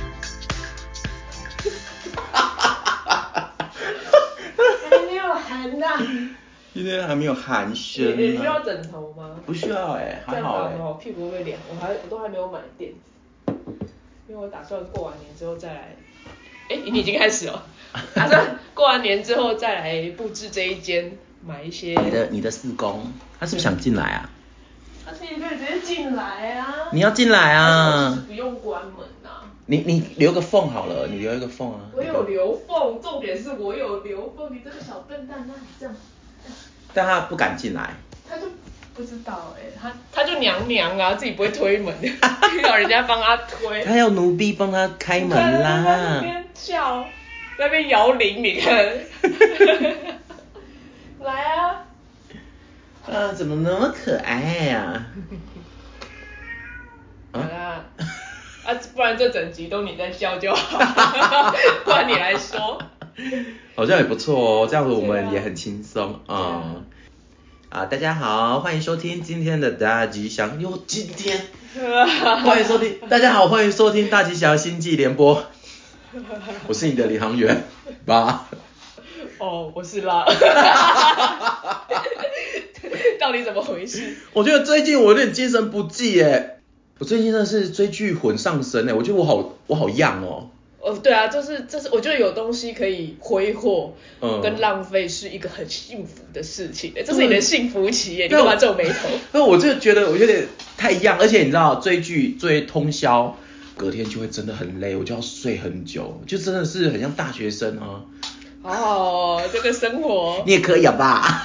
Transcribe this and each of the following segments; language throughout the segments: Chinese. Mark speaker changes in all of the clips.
Speaker 1: 哎
Speaker 2: 寒
Speaker 1: 也也
Speaker 2: 暄
Speaker 1: 需
Speaker 2: 吗？
Speaker 1: 要哦枕头吗？
Speaker 2: 不需要哎、
Speaker 1: 这
Speaker 2: 还
Speaker 1: 样
Speaker 2: 好哎、
Speaker 1: 吧我屁股会不会凉？我还我都还没有买垫子，因为我打算过完年之后再来。哎、你已经开始 了，打算过完年之后再来布置这一间，买一些。
Speaker 2: 你的你的四公，他是不是想进来啊？
Speaker 1: 而且你可以直接进来啊。
Speaker 2: 你要进来
Speaker 1: 但是我是
Speaker 2: 啊！
Speaker 1: 不用关门啊。
Speaker 2: 你你留个缝好了，你留一个缝啊。
Speaker 1: 我有留缝，重点是我有留缝。你这个小笨蛋，那你这样，
Speaker 2: 但他不敢进来。
Speaker 1: 他就不知道哎、他他就娘娘啊，自己不会推门， 遇到人家帮他推。
Speaker 2: 他要奴婢帮他开门
Speaker 1: 你看他在那
Speaker 2: 啦。
Speaker 1: 边叫，在那边摇铃，你 看。来啊！
Speaker 2: 啊，怎么那么可爱啊 呀、
Speaker 1: 好
Speaker 2: 啊？
Speaker 1: 啦，啊，不然这整集都你在笑就好， 不然你来说。
Speaker 2: 好像也不错哦，这样子我们
Speaker 1: 对
Speaker 2: 也
Speaker 1: 啊
Speaker 2: 很轻松
Speaker 1: 对啊
Speaker 2: 啊。啊，大家好，欢迎收听今天的大吉祥。哟，今天 欢迎收听，大家好，欢迎收听大吉祥星际联播。我是你的领航员，爸。
Speaker 1: 哦，我是啦。 到底怎么回事？
Speaker 2: 我觉得最近我有点精神不济耶，我最近真的是追剧魂上身哎，我觉得我好我好样哦。
Speaker 1: 哦，对啊，就是这是我觉得有东西可以挥霍
Speaker 2: 嗯
Speaker 1: 跟浪费是一个很幸福的事情，欸这是你的幸福期欸耶，你干嘛皱眉 头？
Speaker 2: 那我就觉得我有点太样，而且你知道追剧追通宵，隔天就会真的很累，我就要睡很久，就真的是很像大学生啊。
Speaker 1: 哦，这个生活，
Speaker 2: 你也可以啊吧？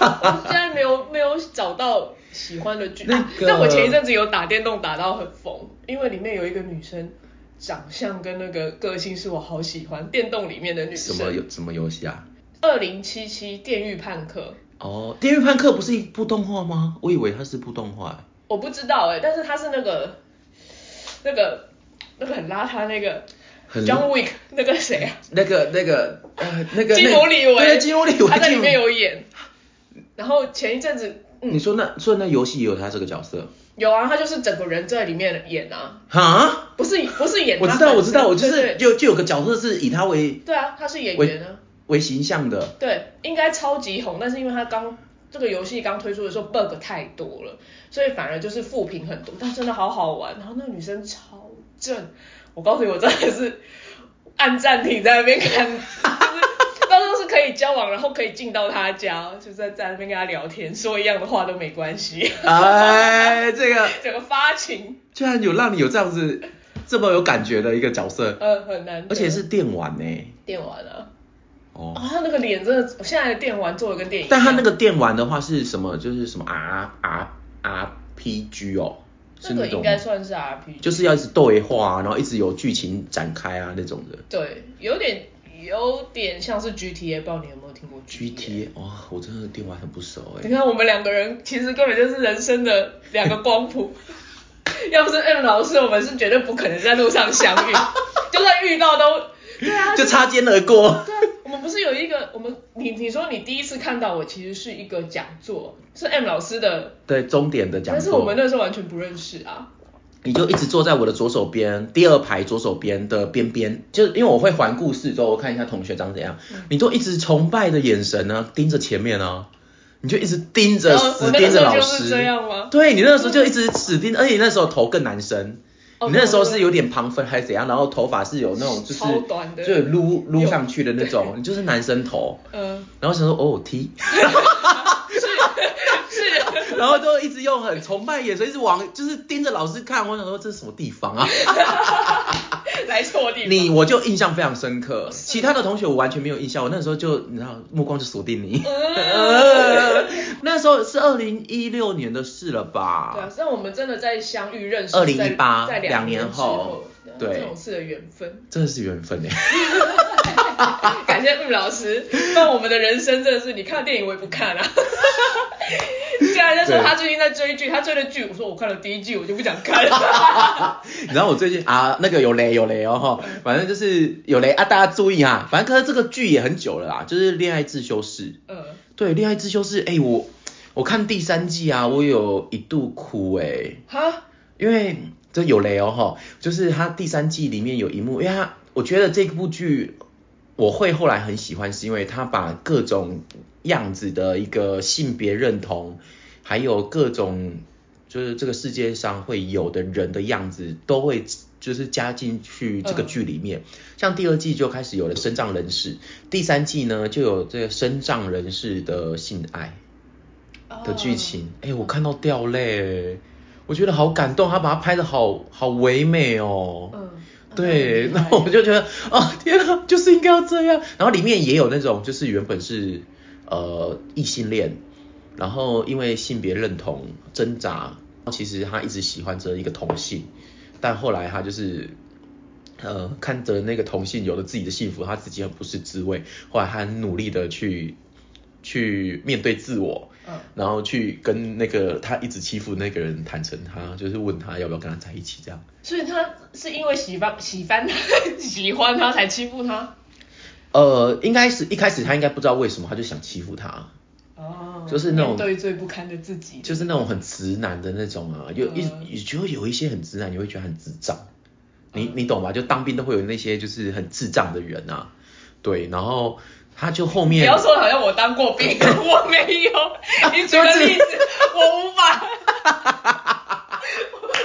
Speaker 1: 我现在没有没有找到喜欢的剧、啊
Speaker 2: 那。个
Speaker 1: 但我前一阵子有打电动打到很疯，因为里面有一个女生，长相跟那个个性是我好喜欢，电动里面的女
Speaker 2: 什么
Speaker 1: 生。
Speaker 2: 游什么游戏啊？
Speaker 1: 二零七七《电狱判客》，
Speaker 2: 哦，《电狱判客》不是一部动画吗？我以为它是部动画。
Speaker 1: 我不知道哎、但是她是那个那个那个很邋遢那个
Speaker 2: 很
Speaker 1: John Wick 那个谁啊？
Speaker 2: 那个那个呃那个
Speaker 1: 基
Speaker 2: 那
Speaker 1: 努里维，
Speaker 2: 对基努里维，
Speaker 1: 他在里面
Speaker 2: 基努
Speaker 1: 有演。然后前一阵子，嗯
Speaker 2: 你，说那说那游戏也有他这个角色？
Speaker 1: 有啊，他就是整个人在里面演啊，
Speaker 2: 哈？
Speaker 1: 不是不是演
Speaker 2: 我
Speaker 1: 他
Speaker 2: 知道，
Speaker 1: 本
Speaker 2: 我知道，
Speaker 1: 身
Speaker 2: 我
Speaker 1: 对
Speaker 2: 就是
Speaker 1: 对
Speaker 2: 就就有个角色是以他为
Speaker 1: 对啊，他是演
Speaker 2: 我
Speaker 1: 员啊，
Speaker 2: 为形 象的，
Speaker 1: 对，应该超级红，但是因为他刚这个游戏刚推出的时候 bug 太多了，所以反而就是负评很多，但真的好好玩。然后那个女生超正，我告诉你，我真的是按暂停在那边看，就是当中是可以交往，然后可以进到他家，就在在那边跟他聊天，说一样的话都没关系，
Speaker 2: 哎，这个
Speaker 1: 整个发情，
Speaker 2: 居然有让你有这样子这么有感觉的一个角色，
Speaker 1: 呃，很难得，
Speaker 2: 而且是电玩呢。
Speaker 1: 电玩啊。
Speaker 2: 哦
Speaker 1: 啊、，他那个脸真的，现在的电玩做的跟电影一样，
Speaker 2: 但他那个电玩的话是什么？就是什么 R R R P G 哦，是
Speaker 1: 那个
Speaker 2: 那
Speaker 1: 应
Speaker 2: 种
Speaker 1: 该算是 RPG，
Speaker 2: 就是要一直对话，啊然后一直有剧情展开啊那种的。
Speaker 1: 对，有点有点像是 GTA，不知道你有没有听过
Speaker 2: GTA 哇，我真的电玩很不熟哎
Speaker 1: 你。看我们两个人其实根本就是人生的两个光 谱，要不是 M 老师，我们是绝对不可能在路上相 遇，就算遇到都对啊，
Speaker 2: 就擦肩而过。
Speaker 1: 对啊，我们不是有一个我们你你说你第一次看到我其实是一个讲座，是 M 老师的，
Speaker 2: 对，终点的讲
Speaker 1: 但
Speaker 2: 座。
Speaker 1: 是我们那时候完全不认识啊，
Speaker 2: 你就一直坐在我的左手边，第二排左手边的边边，就是因为我会环顾四周，我看一下同学长怎样，
Speaker 1: 嗯
Speaker 2: 你都一直崇拜的眼神呢、盯着前面啊，你就一直盯着，
Speaker 1: 然后哦我
Speaker 2: 死
Speaker 1: 那个
Speaker 2: 盯
Speaker 1: 时
Speaker 2: 着
Speaker 1: 候
Speaker 2: 老
Speaker 1: 就是
Speaker 2: 师。
Speaker 1: 这样吗？
Speaker 2: 对你那时候就一直死盯，而且你那时候头更男生，
Speaker 1: 哦
Speaker 2: 你那时候
Speaker 1: 对
Speaker 2: 是有点旁分还是怎样，然后头发是有那种就是
Speaker 1: 超短的
Speaker 2: 就有撸撸上去的那种，你就是男生头，
Speaker 1: 嗯、
Speaker 2: 然后想说哦 T，
Speaker 1: 是。
Speaker 2: 然后就一直用很崇拜的眼神一直往就是盯着老师看，我想说这是什么地方啊？
Speaker 1: 来错地方。
Speaker 2: 你我就印象非常深刻，其他的同学我完全没有印象。我那时候就你知道，目光就锁定你。
Speaker 1: 嗯
Speaker 2: 那时候是二零一六年的事了吧？
Speaker 1: 对啊，但我们真的在相遇认识，
Speaker 2: 2018
Speaker 1: 在在
Speaker 2: 两
Speaker 1: 年
Speaker 2: 年
Speaker 1: 之啊
Speaker 2: 后对
Speaker 1: 这种事的缘分。
Speaker 2: 真的是缘 分哎。
Speaker 1: 感谢陆老师，不然我们的人生真的是，你看的电影我也不看啊。 现在在说
Speaker 2: 对
Speaker 1: 他最近在追剧，他追的剧，我说我看了第一季，我就不想看 了。
Speaker 2: 你知道我最近啊，那个有雷有雷哦哈，
Speaker 1: 嗯
Speaker 2: 反正就是有雷啊，大家注意哈。反正可是这个剧也很久了啦，就是《恋爱自修室》。
Speaker 1: 嗯，
Speaker 2: 对，《恋爱自修室》哎，我我看第三季啊，我有一度哭哎、
Speaker 1: 哈，
Speaker 2: 因为这有雷哦哈，就是他第三季里面有一幕，因为他我觉得这部剧我会后来很喜欢，是因为他把各种样子的一个性别认同，还有各种就是这个世界上会有的人的样子，都会就是加进去这个剧里面。像第二季就开始有了身障人士，第三季呢就有这个身障人士的性爱
Speaker 1: 哦
Speaker 2: 的剧情。哎、我看到掉泪，我觉得好感动，他把它拍的好好唯美哦。
Speaker 1: 嗯
Speaker 2: 对，
Speaker 1: 嗯
Speaker 2: 然后我就觉得，哦，天啊，就是应该要这样。然后里面也有那种，就是原本是呃异性恋，然后因为性别认同挣扎，其实他一直喜欢着一个同性，但后来他就是呃看着那个同性有了自己的幸福，他自己很不是滋味。后来他很努力的去去面对自我，
Speaker 1: 嗯
Speaker 2: 然后去跟那个他一直欺负那个人坦诚他，就是问他要不要跟他在一起这样。
Speaker 1: 所以他是因为喜欢喜欢他喜欢他才欺负他。
Speaker 2: 呃，应该是一开始他应该不知道为什么，他就想欺负他，
Speaker 1: 哦
Speaker 2: 就是那种
Speaker 1: 面对最不堪的自己，
Speaker 2: 就是那种很直男的那种啊，有一
Speaker 1: 嗯
Speaker 2: 你觉得有一些很直男，你会觉得很智障，
Speaker 1: 嗯
Speaker 2: 你你懂吧？就当兵都会有那些就是很智障的人啊，对，然后他就后
Speaker 1: 不
Speaker 2: 面
Speaker 1: 要说好像我当过 兵，我没有。你举
Speaker 2: 对
Speaker 1: 个
Speaker 2: 不起
Speaker 1: 例子，我无法。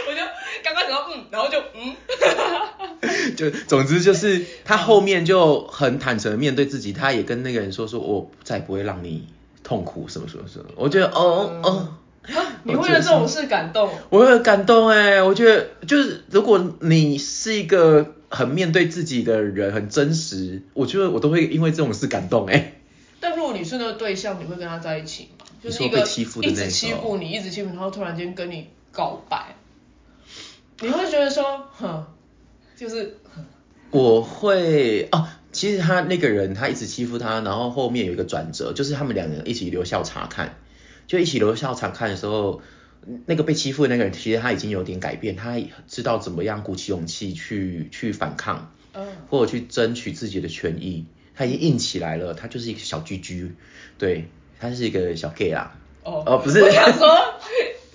Speaker 1: 我就刚刚想到嗯，然后就嗯，
Speaker 2: 就总之就是他后面就很坦诚地面对自己，他也跟那个人说说，我再也不会让你痛苦什么什么什么，我觉得哦哦。
Speaker 1: 嗯你为了这种事感动，
Speaker 2: 我会很感动哎，我觉得就是如果你是一个很面对自己的人，很真实，我觉得我都会因为这种事感动哎。
Speaker 1: 但如果你是那个对象，你会跟他在一起吗？
Speaker 2: 你
Speaker 1: 就是
Speaker 2: 说
Speaker 1: 一个
Speaker 2: 被欺负的
Speaker 1: 一
Speaker 2: 那
Speaker 1: 直
Speaker 2: 个
Speaker 1: 欺负你，一直欺负你，然后突然间跟你告白，你会觉得说，哼，就是哼
Speaker 2: 我会哦，其实他那个人他一直欺负他，然后后面有一个转折，就是他们两个人一起留校查看，就一起留校查看的时候，那个被欺负的那个人其实他已经有点改变，他知道怎么样鼓起勇气去去反抗，
Speaker 1: 嗯，
Speaker 2: 或者去争取自己的权益。他已经硬起来了，他就是一个小居居，对，他是一个小 gay 啦。
Speaker 1: 哦
Speaker 2: 哦不是
Speaker 1: 我想说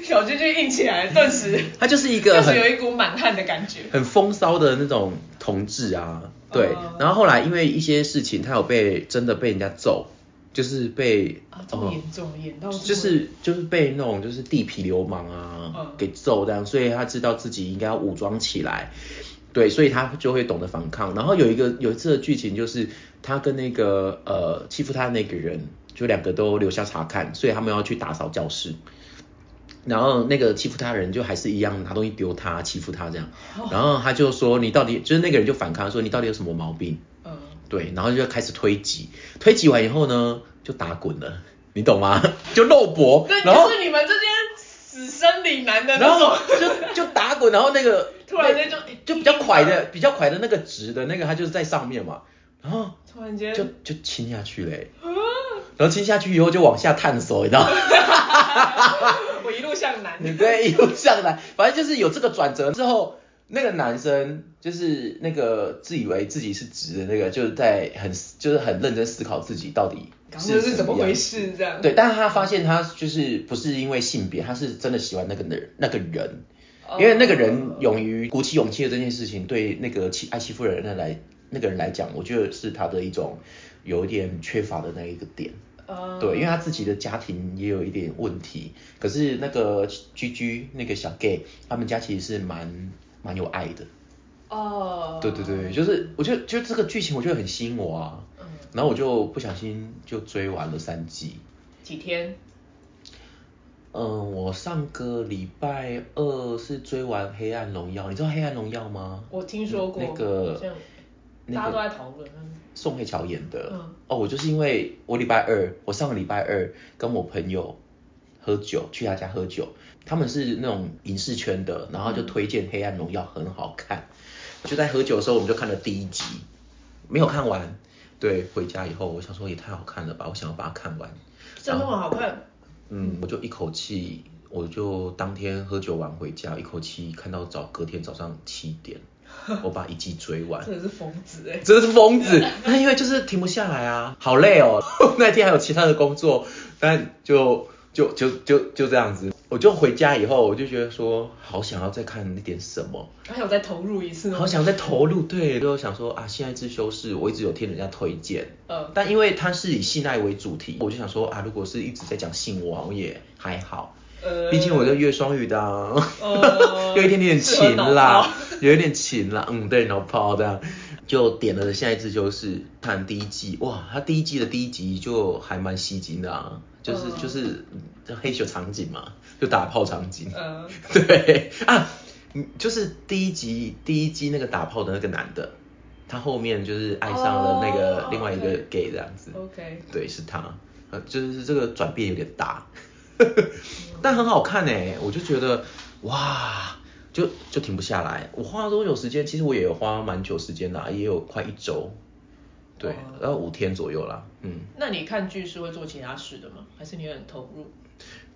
Speaker 1: 小鸡鸡硬起来，顿时
Speaker 2: 他就是 一个
Speaker 1: 顿时有
Speaker 2: 很
Speaker 1: 一股满汉的感觉，
Speaker 2: 很风骚的那种同志啊，对。
Speaker 1: 哦
Speaker 2: 然后后来因为一些事情，他有被真的被人家揍，就是被
Speaker 1: 啊，这么严重，严到
Speaker 2: 嗯
Speaker 1: 这
Speaker 2: 就
Speaker 1: 么
Speaker 2: 是就是被那种就是地痞流氓啊、
Speaker 1: 嗯
Speaker 2: 给揍这样，所以他知道自己应该要武装起来，对，所以他就会懂得反抗。然后有一个有一次的剧情就是他跟那个呃欺负他的那个人，就两个都留下查看，所以他们要去打扫教室。然后那个欺负他的人就还是一样拿东西丢他，欺负他这样。
Speaker 1: 哦
Speaker 2: 然后他就说：“你到底就是那个人就反抗说你到底有什么毛病？”
Speaker 1: 嗯，
Speaker 2: 对，然后就开始推挤，推挤完以后呢，就打滚了，你懂吗？ 就肉搏，
Speaker 1: 那
Speaker 2: 哦然后
Speaker 1: 就是你们这些死生理男的
Speaker 2: 然
Speaker 1: 那
Speaker 2: 后
Speaker 1: 种，
Speaker 2: 就就打滚，然后那个
Speaker 1: 突然间就哎
Speaker 2: 那就比较快的，比较快的那个直的那个，它就是在上面嘛，然后
Speaker 1: 突然间啊
Speaker 2: 就就亲下去嘞、然后亲下去以后就往下探索，你知道吗？ 啊
Speaker 1: 我一路向南，
Speaker 2: 你对，一路上来，反正就是有这个转折之后，那个男生就是那个自以为自己是直的那个，就是在很就是很认真思考自己到底
Speaker 1: 刚
Speaker 2: 是
Speaker 1: 刚是怎
Speaker 2: 么
Speaker 1: 么
Speaker 2: 样
Speaker 1: 回事这样？
Speaker 2: 对，但是他发现他就是不是因为性别，他是真的喜欢那个人那个人，
Speaker 1: 哦，
Speaker 2: 因为那个人勇于鼓起勇气的这件事情，对那个欺爱欺负人的来那个人来讲，我觉得是他的一种有一点缺乏的那一个点。
Speaker 1: 呃，
Speaker 2: 对，因为他自己的家庭也有一点问题，可是那个居居那个小 gay，他们家其实是蛮蛮有爱的。
Speaker 1: 哦，
Speaker 2: 对对对，就是我觉得就这个剧情我觉得很吸引我啊，
Speaker 1: 嗯，
Speaker 2: 然后我就不小心就追完了三季。
Speaker 1: 几天，
Speaker 2: 嗯，我上个礼拜二是追完《黑暗荣耀》，你知道《黑暗荣耀》吗？
Speaker 1: 我听说过
Speaker 2: 那个
Speaker 1: 好像
Speaker 2: 那个
Speaker 1: 大家都在讨论，
Speaker 2: 宋慧乔演的。
Speaker 1: 嗯
Speaker 2: 哦，我就是因为我礼拜二，我上个礼拜二跟我朋友喝酒，去他家喝酒，他们是那种影视圈的，然后就推荐《黑暗荣耀》很好看，就在喝酒的时候我们就看了第一集，没有看完。对，回家以后我想说也太好看了吧，我想要把它看完。
Speaker 1: 真那么好看，
Speaker 2: 嗯，我就一口气，我就当天喝酒完回家，一口气看到早隔天早上七点，我把一季追完，
Speaker 1: 真的是疯子哎，
Speaker 2: 真的是疯子。那 因为就是停不下来啊，好累哦。那天还有其他的工作，但就就就就就这样子。我就回家以后，我就觉得说，好想要再看一点什么，
Speaker 1: 还想再投入一次哦。
Speaker 2: 好想再投入。对，就想说啊，性爱自修室，我一直有听人家推荐，
Speaker 1: 呃，
Speaker 2: 但因为它是以性爱为主题，我就想说啊，如果是一直在讲性，我也还好，
Speaker 1: 呃，
Speaker 2: 毕竟我就月双语的、啊。
Speaker 1: 呃
Speaker 2: 有一点点勤
Speaker 1: 啦。
Speaker 2: 啦，有一点勤啦，嗯，对，脑泡这样，就点了下一次就是看第一季，哇，他第一季的第一集就还蛮吸睛的啊，就是、
Speaker 1: 嗯
Speaker 2: 就是嗯黑球场景嘛，就打炮场景，
Speaker 1: 呃，
Speaker 2: 对啊，嗯就是第一集第一季那个打炮的那个男的，他后面就是爱上了那个
Speaker 1: 哦
Speaker 2: 另外一个
Speaker 1: ，OK
Speaker 2: gay 这样子，
Speaker 1: OK，
Speaker 2: 对，是他，呃，就是这个转变有点大， 但很好看哎、我就觉得哇，就就停不下来。我花了多久时间？其实我也有花蛮久时间啦，啊也有快一周，对
Speaker 1: 哇，
Speaker 2: 然后五天左右啦。嗯，
Speaker 1: 那你看剧是会做其他事的吗？还是你很投入？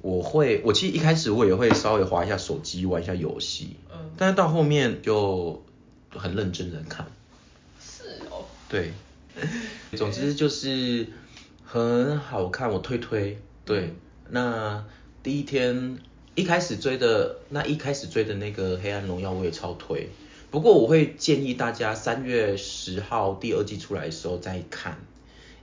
Speaker 2: 我会，我其实一开始我也会稍微划一下手机，玩一下游戏，
Speaker 1: 嗯，
Speaker 2: 但是到后面就很认真的看。
Speaker 1: 是哦，
Speaker 2: 对，总之就是很好看，我推推。对，那第一天一开始追的，那一开始追的那个《黑暗荣耀》我也超推，不过我会建议大家三月十号第二季出来的时候再看。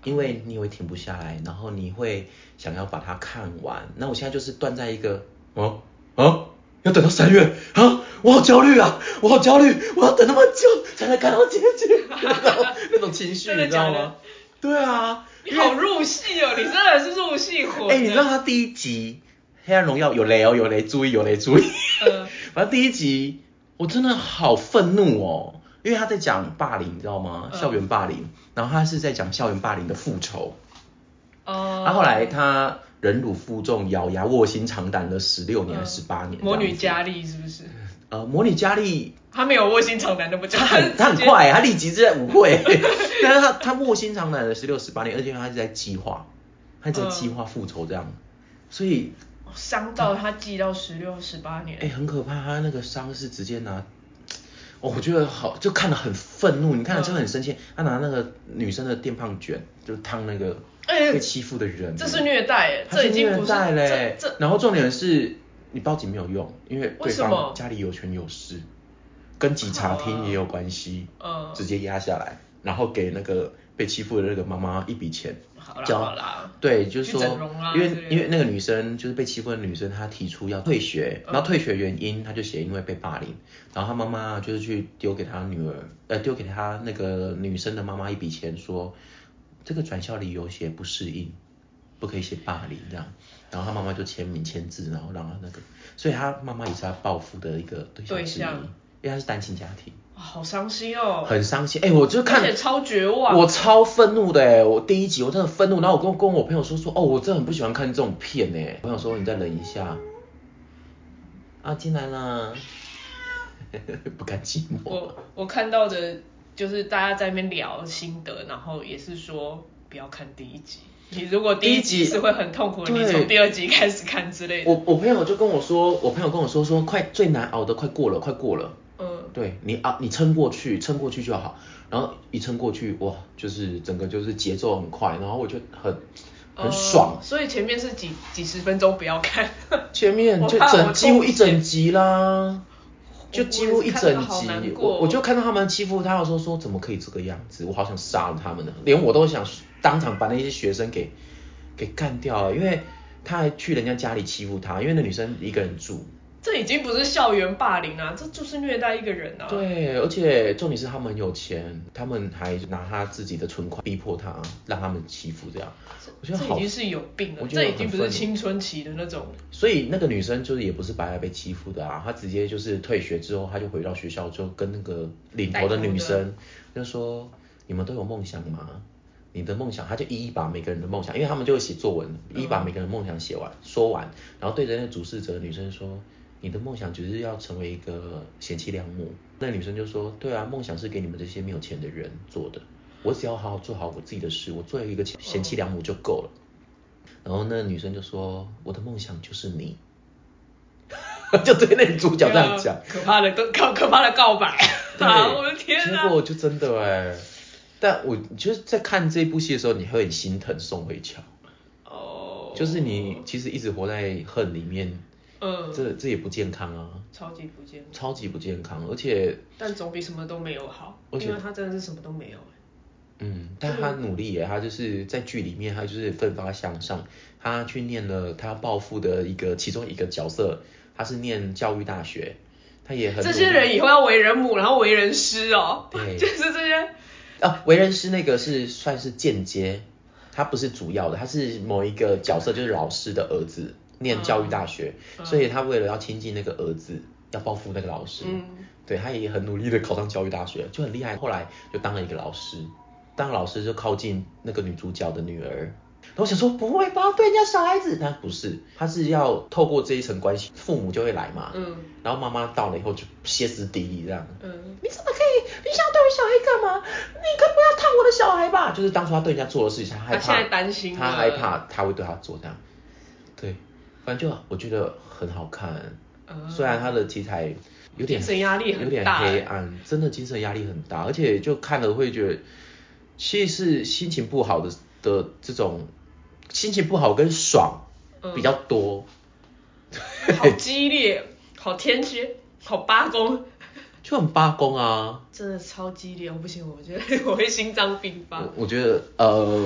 Speaker 2: 因为你会停不下来，然后你会想要把它看完。那我现在就是断在一个，哦哦，要等到三月啊，我好焦虑啊，我好焦虑，我要等那么久才能看到结 局，那种那种情绪，
Speaker 1: 真的
Speaker 2: 你知道
Speaker 1: 假的
Speaker 2: 吗？对啊，
Speaker 1: 你好入戏哦，你真的是入戏魂。欸
Speaker 2: 哎、你知道他第一集《黑暗荣耀》有雷哦，有雷，注意有雷，注意。
Speaker 1: 嗯
Speaker 2: 反正第一集我真的好愤怒哦，因为他在讲霸凌，你知道吗？
Speaker 1: 嗯
Speaker 2: 校园霸凌，然后他是在讲校园霸凌的复仇。
Speaker 1: 哦，
Speaker 2: 他、啊后来他忍辱负重，咬牙卧薪尝胆了十六年、十八年。
Speaker 1: 嗯魔呃女，佳丽是不是？
Speaker 2: 呃，魔女佳 丽，
Speaker 1: 她没有卧薪尝胆那么久，
Speaker 2: 她 很她
Speaker 1: 她
Speaker 2: 很
Speaker 1: 直接，
Speaker 2: 快，她立即就在舞会，但是她她卧薪尝胆了十六、十八年，而且她是在计划，她在计划复仇这样，所以
Speaker 1: 嗯哦伤到她记到十六十八年。
Speaker 2: 哎、很可怕，他那个伤是直接拿，哦，我觉得好，就看得很愤怒，你看了就很生气。他拿那个女生的电棒卷，就烫那个
Speaker 1: 哎
Speaker 2: 被欺负的人，
Speaker 1: 这是虐待耶
Speaker 2: 他是
Speaker 1: 这已经不是
Speaker 2: 虐待嘞
Speaker 1: 这这。
Speaker 2: 然后重点是你报警没有用，因为对
Speaker 1: 为什么
Speaker 2: 方家里有权有势，跟警察厅也有关系，
Speaker 1: 嗯
Speaker 2: 直接压下来，然后给那个被欺负的那个妈妈一笔钱。
Speaker 1: 好啦
Speaker 2: 叫
Speaker 1: 好啦，
Speaker 2: 对，就是
Speaker 1: 去
Speaker 2: 说
Speaker 1: 整容啦，
Speaker 2: 因为
Speaker 1: 之类的
Speaker 2: 因为那个女生就是被欺负的女生，她提出要退学，
Speaker 1: 嗯
Speaker 2: 然后退学原因她就写因为被霸凌，然后她妈妈就是去丢给她女儿，呃，丢给她那个女生的妈妈一笔钱说这个转校理由写不适应，不可以写霸凌这样，然后她妈妈就签名签字，然后让她那个，所以她妈妈也是她报复的一个对象
Speaker 1: 对
Speaker 2: 之一，
Speaker 1: 象
Speaker 2: 因为她是单亲家庭，
Speaker 1: 哇好伤心哦，
Speaker 2: 很伤心。哎、我就看
Speaker 1: 而且超绝望。
Speaker 2: 我超愤怒的哎！我第一集我真的愤怒，然后我跟跟我朋友说说，哦，我真的很不喜欢看这种片哎。我朋友说你再忍一下。啊，进来啦！ 不甘寂寞。
Speaker 1: 我我看到的就是大家在那边聊心得，然后也是说不要看第一集。你如果第一
Speaker 2: 第一
Speaker 1: 集
Speaker 2: 集
Speaker 1: 是会很痛苦的，
Speaker 2: 对
Speaker 1: 你从第二集开始看之类的。
Speaker 2: 我我朋友就跟我说，我朋友跟我说说，快最难熬的快过了，快过了。
Speaker 1: 嗯，
Speaker 2: 对你啊，你撑过去，撑过去就好。然后一撑过去，哇，就是整个就是节奏很快，然后我就很很爽
Speaker 1: 哦。所以前面是几几十分钟不要看。
Speaker 2: 前面
Speaker 1: 我
Speaker 2: 就
Speaker 1: 怕我
Speaker 2: 整几乎
Speaker 1: 吐血
Speaker 2: 一整集啦，就几乎一
Speaker 1: 我
Speaker 2: 整
Speaker 1: 也是看
Speaker 2: 集
Speaker 1: 得好难，过哦
Speaker 2: 我我就看到他们欺负他的时候说怎么可以这个样子，我好想杀了他们呢，连我都想当场把那些学生给给干掉了，因为他还去人家家里欺负他，因为那女生一个人住，
Speaker 1: 这已经不是校园霸凌啊，这就是虐待一个人啊。，
Speaker 2: 对，而且重点是他们很有钱，他们还拿他自己的存款逼迫他，让他们欺负这样，我觉
Speaker 1: 这
Speaker 2: 得
Speaker 1: 已
Speaker 2: 好
Speaker 1: 经是有病了
Speaker 2: 我，觉
Speaker 1: 这
Speaker 2: 得
Speaker 1: 已经不是
Speaker 2: 很愤怒
Speaker 1: 青春期的那种。
Speaker 2: 所以那个女生就是也不是白白被欺负的啊，她直接就是退学之后，她就回到学校，就跟那个领头的女生就说：“你们都有梦想吗？你的梦想，她就一一把每个人的梦想，因为他们就会写作文，一一把每个人的梦想写完、说完，然后对着那个主事者的女生说：‘你的梦想只是要成为一个贤妻良母。’那女生就说：‘对啊，梦想是给你们这些没有钱的人做的，我只要好好做好我自己的事，我做一个贤妻良母就够了。’然后那女生就说：“我的梦想就是你。” 就对那个主角这样讲，
Speaker 1: 啊可怕的都可 可怕的告白
Speaker 2: 对，
Speaker 1: 啊！我的天
Speaker 2: 结
Speaker 1: 啊！
Speaker 2: 果就真的哎，但我就是在看这部戏的时候，你会很心疼宋慧乔，
Speaker 1: 哦，
Speaker 2: 就是你其实一直活在恨里面，
Speaker 1: 嗯，
Speaker 2: 这这也不健康啊，
Speaker 1: 超级不健康，
Speaker 2: 超级不健康，而且
Speaker 1: 但总比什么都没有好，
Speaker 2: 而且
Speaker 1: 因为他真的是什么都没有、欸，
Speaker 2: 嗯，但他努力耶，他就是在剧里面，他就是奋发向上，他去念了他报复的一个其中一个角色，他是念教育大学，他也很
Speaker 1: 这些
Speaker 2: 努力
Speaker 1: 人以后要为人母，然后为人师哦，
Speaker 2: 对
Speaker 1: 就是这些，
Speaker 2: 啊，为人师那个是算是间接，他不是主要的，他是某一个角色，就是老师的儿子念教育大学，
Speaker 1: 嗯
Speaker 2: 所以他为了要亲近那个儿子，要报复那个老师，
Speaker 1: 嗯
Speaker 2: 对，他也很努力的考上教育大学，就很厉害，后来就当了一个老师，当老师就靠近那个女主角的女儿。然后我想说不会吧，对人家小孩子，但不是，他是要透过这一层关系，父母就会来嘛，
Speaker 1: 嗯
Speaker 2: 然后妈妈到了以后就歇斯底里这样，
Speaker 1: 嗯，
Speaker 2: 你怎么可以？你想对我小孩干嘛？你可不要烫我的小孩吧！就是当初他对人家做的事情，他害怕，
Speaker 1: 他现在担心了
Speaker 2: 他害怕他会对他做这样。对，反正就我觉得很好看，
Speaker 1: 嗯
Speaker 2: 虽然他的题材有点
Speaker 1: 精神压力很大
Speaker 2: 哎有点黑啊暗，真的精神压力很大，而且就看了会觉得，其实是心情不好的的这种心情不好跟爽
Speaker 1: 嗯
Speaker 2: 比较多。
Speaker 1: 好激烈， 好天蝎，好八公，
Speaker 2: 就很八公啊，
Speaker 1: 真的超激烈，我不行，我觉得 我会心脏病发。
Speaker 2: 我我觉得呃，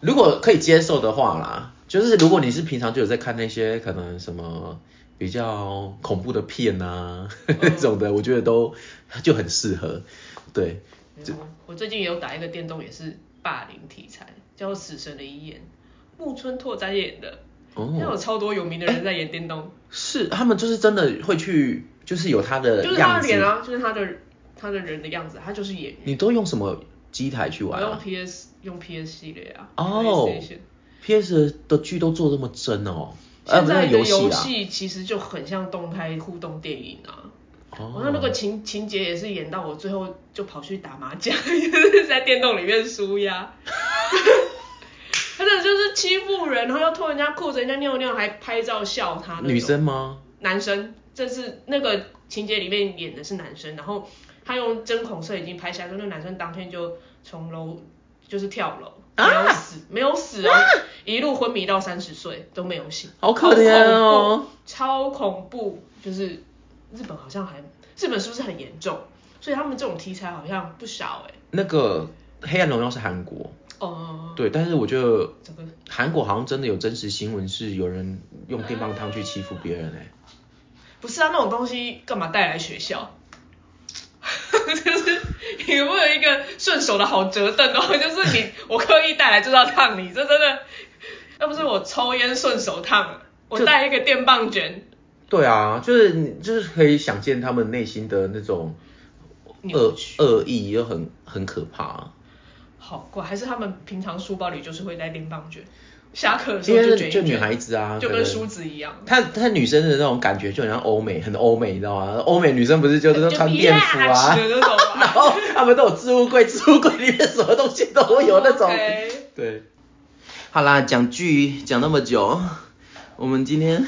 Speaker 2: 如果可以接受的话啦，就是如果你是平常就有在看那些可能什么比较恐怖的片啊、 那种的，我觉得都就很适合。对，
Speaker 1: 没有啊我最近也有打一个电动，也是霸凌题材，叫《死神的遗言》，木村拓哉演的。那有
Speaker 2: 哦，
Speaker 1: 超多有名的人在演电动，
Speaker 2: 是他们就是真的会去，就是有他的
Speaker 1: 就是他
Speaker 2: 样
Speaker 1: 的
Speaker 2: 子。
Speaker 1: 脸啊，就是他的他的人的样子，他就是演员。
Speaker 2: 你都用什么机台去
Speaker 1: 我
Speaker 2: 玩
Speaker 1: 用
Speaker 2: 啊
Speaker 1: PS 用 PS 系列啊
Speaker 2: 哦
Speaker 1: PlayStation
Speaker 2: ？PS 的剧都做这么真哦，呃，
Speaker 1: 现
Speaker 2: 不
Speaker 1: 在
Speaker 2: 是
Speaker 1: 的
Speaker 2: 游
Speaker 1: 游
Speaker 2: 啊。
Speaker 1: 戏其实就很像动态互动电影啊。
Speaker 2: 哦
Speaker 1: 我看那个情情节也是演到我最后就跑去打麻将， 就是在电动里面输呀。 他真的就是欺负人，然后要脱人家裤子、人家尿尿，还拍照笑他那种。
Speaker 2: 女生吗？
Speaker 1: 男生，这是那个情节里面演的是男生，然后他用针孔摄影机拍下来，说那个男生当天就从楼就是跳楼，
Speaker 2: 啊
Speaker 1: 没有死，没有死哦，一路昏迷到三十岁都没有醒，
Speaker 2: 好可怜哦
Speaker 1: 超恐怖，超恐怖，就是日本好像还日本是不是很严重？所以他们这种题材好像不少哎、
Speaker 2: 那个《黑暗荣耀》是韩国，
Speaker 1: 哦、
Speaker 2: 对，但是我觉得
Speaker 1: 这个
Speaker 2: 韩国好像真的有真实新闻是有人用电棒烫去欺负别人哎、
Speaker 1: 不是啊，那种东西干嘛带来学校？ 就是有没有一个顺手的好折凳哦？ 就是你我刻意带来就是要烫你，这真的，要不是我抽烟顺手烫，我
Speaker 2: 这
Speaker 1: 带一个电棒卷，
Speaker 2: 对啊，就是你就是可以想见他们内心的那种
Speaker 1: 扭
Speaker 2: 恶
Speaker 1: 曲
Speaker 2: 恶意，又很很可怕、
Speaker 1: 好怪，还是他们平常书包里就是会带电棒卷，下课的时
Speaker 2: 因
Speaker 1: 候就
Speaker 2: 为
Speaker 1: 卷一
Speaker 2: 就
Speaker 1: 卷，
Speaker 2: 女孩子啊，
Speaker 1: 就
Speaker 2: 可
Speaker 1: 跟
Speaker 2: 能
Speaker 1: 梳子一样，
Speaker 2: 她她女生的那种感觉就很像欧美，很欧美，你知道吗？欧美女生不是就是都穿
Speaker 1: 就
Speaker 2: 便服啊，
Speaker 1: biatch 的那种啊
Speaker 2: 然后她们都有置物柜，置物柜里面什么东西都会有那种。
Speaker 1: 哦 OK
Speaker 2: 对，好啦，讲剧讲那么久，我们今天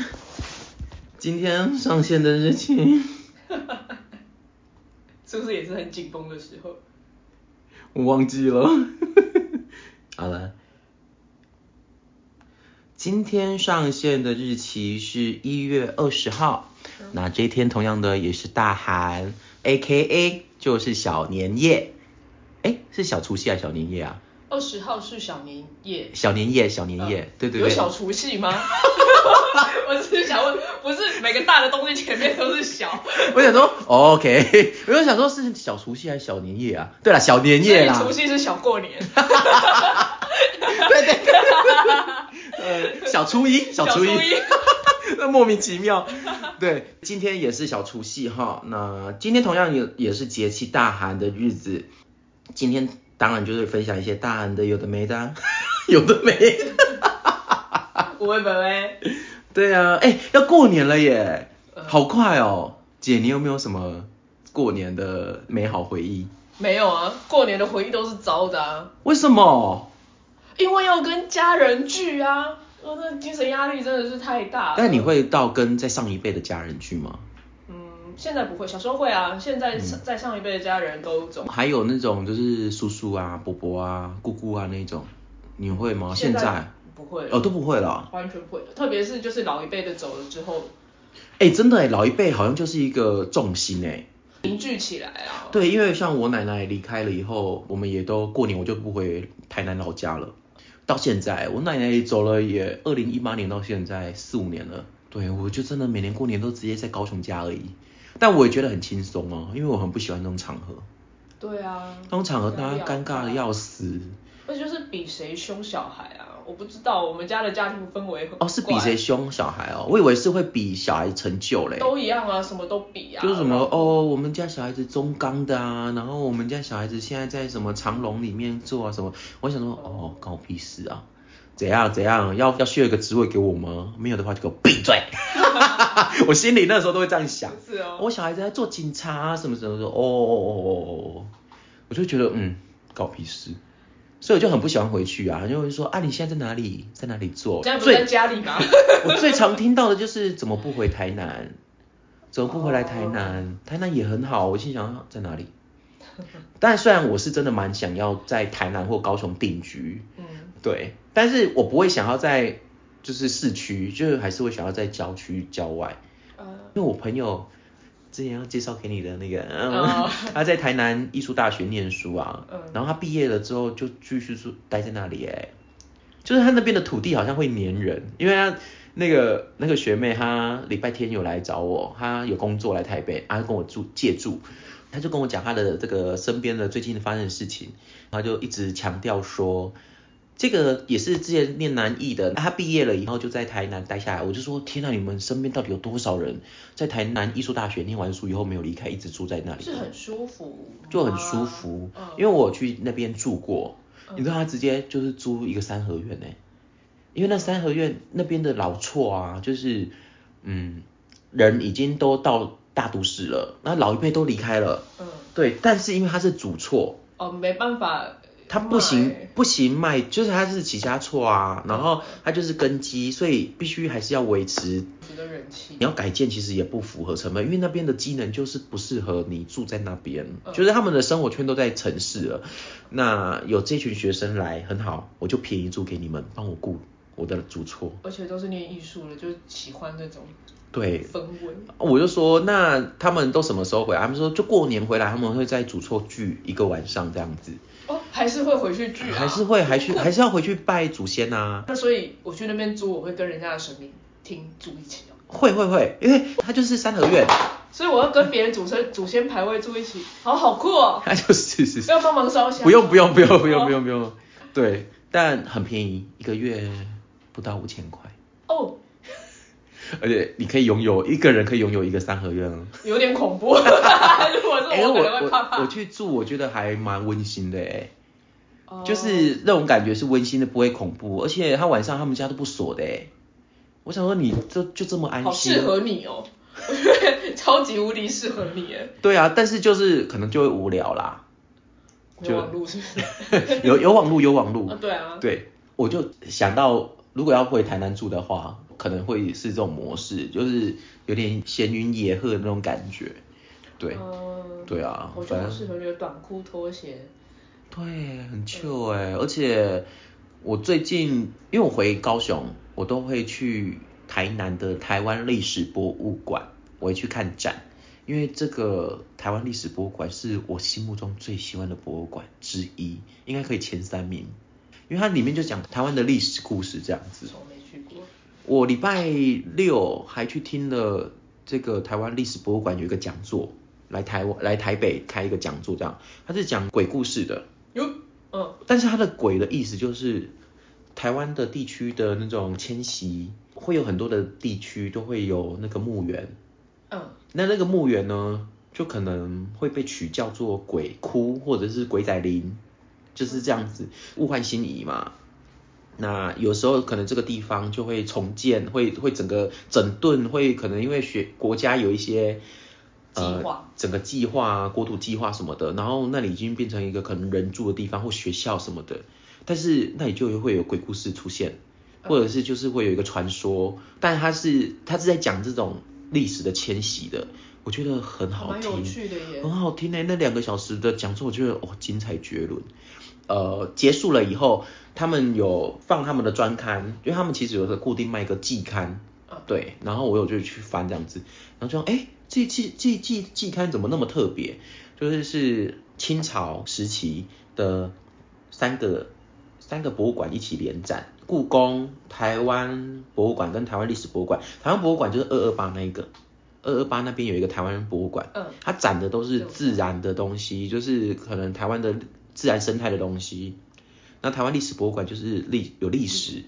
Speaker 2: 今天上线的日期，
Speaker 1: 是不是也是很紧绷的时候？
Speaker 2: 我忘记了。 好了，今天上线的日期是一月二十号，
Speaker 1: 嗯
Speaker 2: 那这一天同样的也是大寒，A K A 就是小年夜。哎，是小除夕还是小年夜啊？
Speaker 1: 二十号是小年夜，
Speaker 2: 小年夜，小年夜，
Speaker 1: 嗯
Speaker 2: 对对
Speaker 1: 有
Speaker 2: 对，
Speaker 1: 小除夕 吗？我只是想问，不是每个大的东西前面都是小，
Speaker 2: 我想说、哦、，OK，我就想说是小除夕还是小年夜啊？对啦，小年夜啦
Speaker 1: 所以，除夕是小过年，
Speaker 2: 对对对，呃，小初一， 小初一，
Speaker 1: 小 初一
Speaker 2: 那莫名其 妙。对，今天也是小除夕哈，那今天同样也也是节气大寒的日子，今天当然就是分享一些大寒的有的没的啊， 有的没的。
Speaker 1: 我会本会。
Speaker 2: 对啊，哎、要过年了耶，
Speaker 1: 嗯
Speaker 2: 好快哦。姐，你有没有什么过年的美好回忆？
Speaker 1: 没有啊，过年的回忆都是糟的啊，
Speaker 2: 为什么？
Speaker 1: 因为要跟家人聚啊，我那精神压力真的是太大了。
Speaker 2: 但你？会到跟在上一辈的家人去吗？
Speaker 1: 嗯，现在不会，小时候会啊，现在
Speaker 2: 嗯
Speaker 1: 在上一辈的家人都走。
Speaker 2: 还有那种就是叔叔啊、伯伯啊、姑姑啊那种，你会吗？现
Speaker 1: 现
Speaker 2: 在
Speaker 1: 在不不会了，
Speaker 2: 哦，都不会了。
Speaker 1: 完全不会了。特别是就是老一辈的走了之后，
Speaker 2: 哎、真的哎，老一辈好像就是一个重心哎。
Speaker 1: 凝聚起来啊。
Speaker 2: 对，因为像我奶奶离开了以后，我们也都过年我就不回台南老家了。到现在，我奶奶走了也二零一八年到现在四五年了。对，我就真的每年过年都直接在高雄家而已。但我也觉得很轻松哦，因为我很不喜欢那种场合，
Speaker 1: 对啊。
Speaker 2: 那种场合大家尴尬的要
Speaker 1: 死。
Speaker 2: 死。
Speaker 1: 而且就是比谁凶小孩啊！我不知道我们家的家庭氛围很
Speaker 2: 哦，是比
Speaker 1: 怪
Speaker 2: 谁凶小孩哦，我以为是会比小孩成就嘞。
Speaker 1: 都一样啊，什么都比啊。
Speaker 2: 就是什么
Speaker 1: 然后
Speaker 2: 哦，我们家小孩子中钢的啊，然后我们家小孩子现在在什么长隆里面做啊什么，我想说哦，关我屁事啊，怎样怎样，要要削一个职位给我吗？没有的话就给我闭嘴， 我心里那时候都会这样想，
Speaker 1: 是哦
Speaker 2: 我小孩子在做警察啊什么什么的，哦哦哦哦哦，我就觉得嗯，搞屁事。所以我就很不喜欢回去啊，就会说啊，你现在在哪里，在哪里做？
Speaker 1: 现在不是
Speaker 2: 最
Speaker 1: 在家里 吗？
Speaker 2: 我最常听到的就是怎么不回台南，怎么不回来台南？台南也很好，我心想在哪里？但虽然我是真的蛮想要在台南或高雄定居，
Speaker 1: 嗯，
Speaker 2: 对，但是我不会想要在就是市区，就是还是会想要在郊区郊外，
Speaker 1: 呃，
Speaker 2: 因为我朋友之前要介绍给你的那个，嗯
Speaker 1: 哦，
Speaker 2: 他在台南艺术大学念书啊
Speaker 1: 嗯，
Speaker 2: 然后他毕业了之后就继续住待在那里、哎，就是他那边的土地好像会黏人，因为他那个那个学妹她礼拜天有来找我，她有工作来台北，她跟我住借住。她就跟我讲她的这个身边的最近发生的事情，她就一直强调说，这个也是之前念南艺的，他毕业了以后就在台南待下来。我就说，天啊，你们身边到底有多少人在台南艺术大学念完书以后没有离开，一直住在那里？
Speaker 1: 是很舒服，
Speaker 2: 就很舒服，
Speaker 1: 嗯
Speaker 2: 因为我去那边住过，
Speaker 1: 嗯
Speaker 2: 你知道他直接就是租一个三合院呢、因为那三合院那边的老厝啊，就是嗯，人已经都到大都市了，那老一辈都离开了，
Speaker 1: 嗯，
Speaker 2: 对，但是因为他是主厝，
Speaker 1: 哦，没办法，
Speaker 2: 他不行
Speaker 1: 卖
Speaker 2: 不行卖，就是他是起家厝啊，然后他就是根基，所以必须还是要维持
Speaker 1: 值得人气
Speaker 2: 你。要改建其实也不符合成本，因为那边的机能就是不适合你住在那边，
Speaker 1: 嗯
Speaker 2: 就是他们的生活圈都在城市了。那有这群学生来很好，我就便宜租给你们，帮我顾我的主厝。
Speaker 1: 而且都是念艺术的，就喜欢这种
Speaker 2: 对，
Speaker 1: 氛围。
Speaker 2: 我就说那他们都什么时候回来？他们说就过年回来，他们会在主厝聚一个晚上这样子，
Speaker 1: 哦，还是会回去聚啊。
Speaker 2: 还是会还去还是要回去拜祖先啊。
Speaker 1: 那所以我去那边租，我会跟人家的神明厅住一起哦。
Speaker 2: 会会会，因为它就是三合院，
Speaker 1: 所以我要跟别人祖先祖先牌位住一起，好好酷哦！
Speaker 2: 它就是是
Speaker 1: 要帮忙烧香。
Speaker 2: 不用不用不用不用不用不用，对，但很便宜，一个月不到五千块，
Speaker 1: 哦，
Speaker 2: 而且你可以拥有一个人可以拥有一个三合院哦。
Speaker 1: 有点恐 怖。如果是
Speaker 2: 哎、
Speaker 1: 我可
Speaker 2: 我
Speaker 1: 能会怕
Speaker 2: 我我
Speaker 1: 怕。
Speaker 2: 去住，我觉得还蛮温馨的哎、
Speaker 1: 哦
Speaker 2: 就是那种感觉是温馨的，不会恐怖，而且他晚上他们家都不锁的哎、我想说你就就这么安
Speaker 1: 好
Speaker 2: 心，
Speaker 1: 适合你哦， 我觉得超级无敌适合你耶。
Speaker 2: 对啊，但是就是可能就会无聊啦， 就
Speaker 1: 有网路是不 是？
Speaker 2: 有有网路有网路
Speaker 1: 啊，，对啊，
Speaker 2: 对，我就想到，如果要回台南住的话，可能会是这种模式，就是有点闲云野鹤的那种感觉。对，
Speaker 1: 嗯，
Speaker 2: 对啊
Speaker 1: 我觉得
Speaker 2: 反
Speaker 1: 好适
Speaker 2: 正
Speaker 1: 合你的短裤拖鞋。
Speaker 2: 对，很 chill 哎、而且我最近因为我回高雄，我都会去台南的台湾历史博物馆，我会去看展。因为这个台湾历史博物馆是我心目中最喜欢的博物馆之一，应该可以前三名，因为它里面就讲台湾的历史故事这样子。
Speaker 1: 从没去过。
Speaker 2: 我礼拜六还去听了这个台湾历史博物馆有一个讲座，来台湾来台北开一个讲座，这样他是讲鬼故事的，
Speaker 1: 哟，嗯，
Speaker 2: 但是他的鬼的意思就是台湾的地区的那种迁徙，会有很多的地区都会有那个墓园，
Speaker 1: 嗯，
Speaker 2: 那那个墓园呢，就可能会被取叫做鬼窟或者是鬼仔林，就是这样子物换星移嘛。那有时候可能这个地方就会重建，会会整个整顿，会可能因为学国家有一些呃
Speaker 1: 计划
Speaker 2: 整个计划啊、国土计划什么的，然后那里已经变成一个可能人住的地方或学校什么的，但是那里就会有鬼故事出现，
Speaker 1: 嗯
Speaker 2: 或者是就是会有一个传说，但它是它是在讲这种历史的迁徙的，我觉得很好
Speaker 1: 蛮
Speaker 2: 听，欸
Speaker 1: 有趣的耶
Speaker 2: 很好听呢、那两个小时的讲座，我觉得哦精彩绝伦，呃结束了以后，他们有放他们的专刊，因为他们其实有的固定卖一个季刊，
Speaker 1: 嗯
Speaker 2: 对，然后我有就去翻这样子，然后就哎、诶这季这季季刊怎么那么特别？就是是清朝时期的三个三个博物馆一起联展，故宫、台湾博物馆跟台湾历史博物馆，台湾博物馆就是二二八那一个。二二八那边有一个台湾博物馆，
Speaker 1: 嗯
Speaker 2: 它展的都是自然的东西，就是可能台湾的自然生态的东西。那台湾历史博物馆就是历有历史，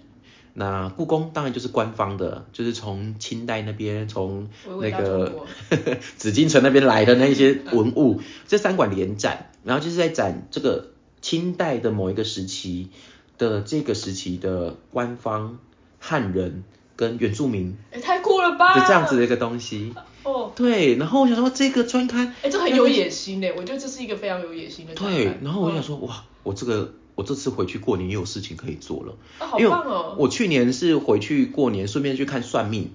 Speaker 2: 那故宫当然就是官方的，就是从清代那边从
Speaker 1: 娓娓
Speaker 2: 嗯那
Speaker 1: 道中
Speaker 2: 个
Speaker 1: 国 嗯
Speaker 2: 紫禁城那边来的那一些文物，这三馆联展，然后就是在展这个清代的某一个时期的这个时期的官方汉人跟原住民
Speaker 1: 哎、太酷了吧！
Speaker 2: 的这样子的一个东西。
Speaker 1: 哦，
Speaker 2: 对，然后我想说这个专刊
Speaker 1: 哎、这很有野心的，我觉得这是一个非常有野心的展览。
Speaker 2: 对，然后我就
Speaker 1: 嗯，
Speaker 2: 想说，哇，我这个我这次回去过年也有事情可以做了，
Speaker 1: 啊，好
Speaker 2: 因为
Speaker 1: 棒哦！
Speaker 2: 我去年是回去过年，顺便去看算命，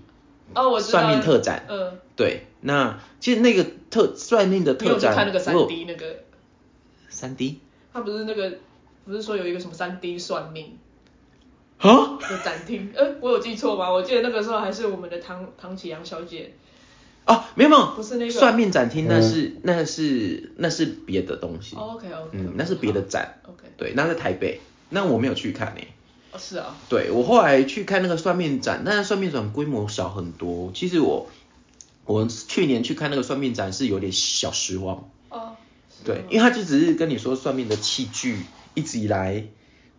Speaker 1: 哦，我知道
Speaker 2: 算命特展。
Speaker 1: 嗯，
Speaker 2: 对，那其实那个特算命的
Speaker 1: 你有
Speaker 2: 特
Speaker 1: 去
Speaker 2: 展，
Speaker 1: 看那个
Speaker 2: 我
Speaker 1: 三
Speaker 2: 有
Speaker 1: D 那个？
Speaker 2: 三 D
Speaker 1: 他不是那个，不是说有一个什么三 D 算命
Speaker 2: 啊，
Speaker 1: 的展厅？ 哎、我有记错吗？我记得那个时候还是我们的唐唐启阳小姐，
Speaker 2: 哦，没有没有，
Speaker 1: 不是那个
Speaker 2: 算命展厅，那
Speaker 3: 嗯
Speaker 2: 是、那是那是别的东西，
Speaker 1: 哦，OK，OK，OK，
Speaker 2: 嗯，那是别的展，
Speaker 1: OK，
Speaker 2: 对，那在台北，那我没有去看诶、
Speaker 1: 哦，是啊，
Speaker 2: 对我后来去看那个算命展，但是算命展规模小很多。其实我我去年去看那个算命展是有点小失望，
Speaker 1: 哦，是
Speaker 2: 对
Speaker 1: 吗，
Speaker 2: 因为他就只是跟你说算命的器具一直以来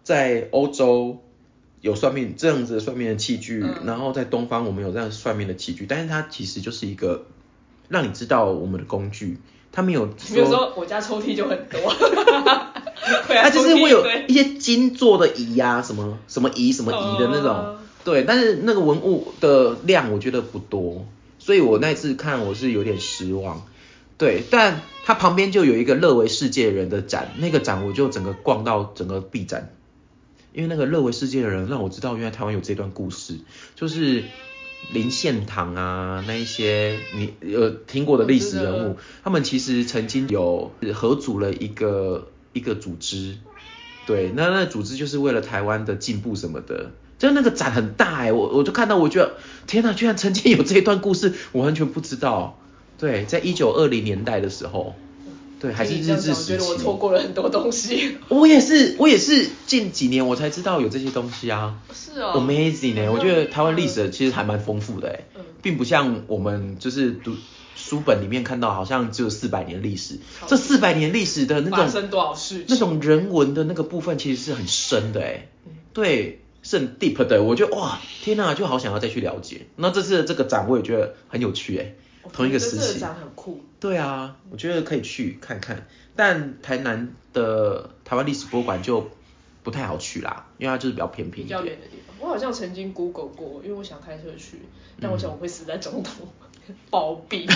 Speaker 2: 在欧洲有算命这样子的算命的器具，
Speaker 1: 嗯
Speaker 2: 然后在东方我们有这样算命的器具，但是它其实就是一个让你知道我们的工具，它没有
Speaker 1: 比如
Speaker 2: 说。
Speaker 1: 说我家抽屉就很多， 啊
Speaker 2: 它
Speaker 1: 它
Speaker 2: 就是会有一些金做的仪呀、什么什么仪什么仪的那种，
Speaker 1: 哦
Speaker 2: 对，但是那个文物的量我觉得不多，所以我那次看我是有点失望。对，但它旁边就有一个乐为世界人的展，那个展我就整个逛到整个 B 展，因为那个乐为世界的人让我知道，原来台湾有这段故事，就是林献堂啊那一些你呃听过的历史
Speaker 1: 我知
Speaker 2: 人
Speaker 1: 道
Speaker 2: 物，他们其实曾经有合组了一个一个组织，对，那那组织就是为了台湾的进步什么的。就那个展很大哎、我我就看到，我觉得天哪，居然曾经有这一段故事，我完全不知道。对，在一九二零年代的时候，对，还是
Speaker 1: 听你这
Speaker 2: 日
Speaker 1: 样
Speaker 2: 治
Speaker 1: 讲我觉
Speaker 2: 时期。
Speaker 1: 得我错过了很多东西。
Speaker 2: 我也是，我也是近几年我才知道有这些东西啊。
Speaker 1: 是哦
Speaker 2: Amazing 呢、我觉得台湾历
Speaker 1: 嗯
Speaker 2: 史其实还蛮丰富的哎、
Speaker 1: 嗯
Speaker 2: 并不像我们就是读书本里面看到，好像只有四百年历史
Speaker 1: 超。级
Speaker 2: 这四百年历史的那
Speaker 1: 发
Speaker 2: 种
Speaker 1: 生多少事情
Speaker 2: 那种人文的那个部分，其实是很深的哎、
Speaker 1: 嗯
Speaker 2: 对，是很 deep 的。我觉得哇，天哪、就好想要再去了解。那这次的这个展我也觉得很有趣哎、
Speaker 1: 我
Speaker 2: 同一个
Speaker 1: 觉得
Speaker 2: 时
Speaker 1: 这
Speaker 2: 期。
Speaker 1: 展很酷，
Speaker 2: 对啊，我觉得可以去看看，但台南的台湾历史博物馆就不太好去啦，因为它就是比较偏僻
Speaker 1: 比
Speaker 2: 一
Speaker 1: 较
Speaker 2: 点。
Speaker 1: 远的地方。我好像曾经 Google 过，因为我想开车去，
Speaker 2: 嗯
Speaker 1: 但我想我会死在中途， 暴 毙，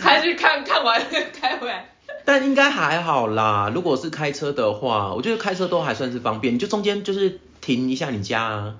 Speaker 1: 还是看看完 开回来。
Speaker 2: 但应该还好啦，如果是开车的话，我觉得开车都还算是方便，你就中间就是停一下你家 啊，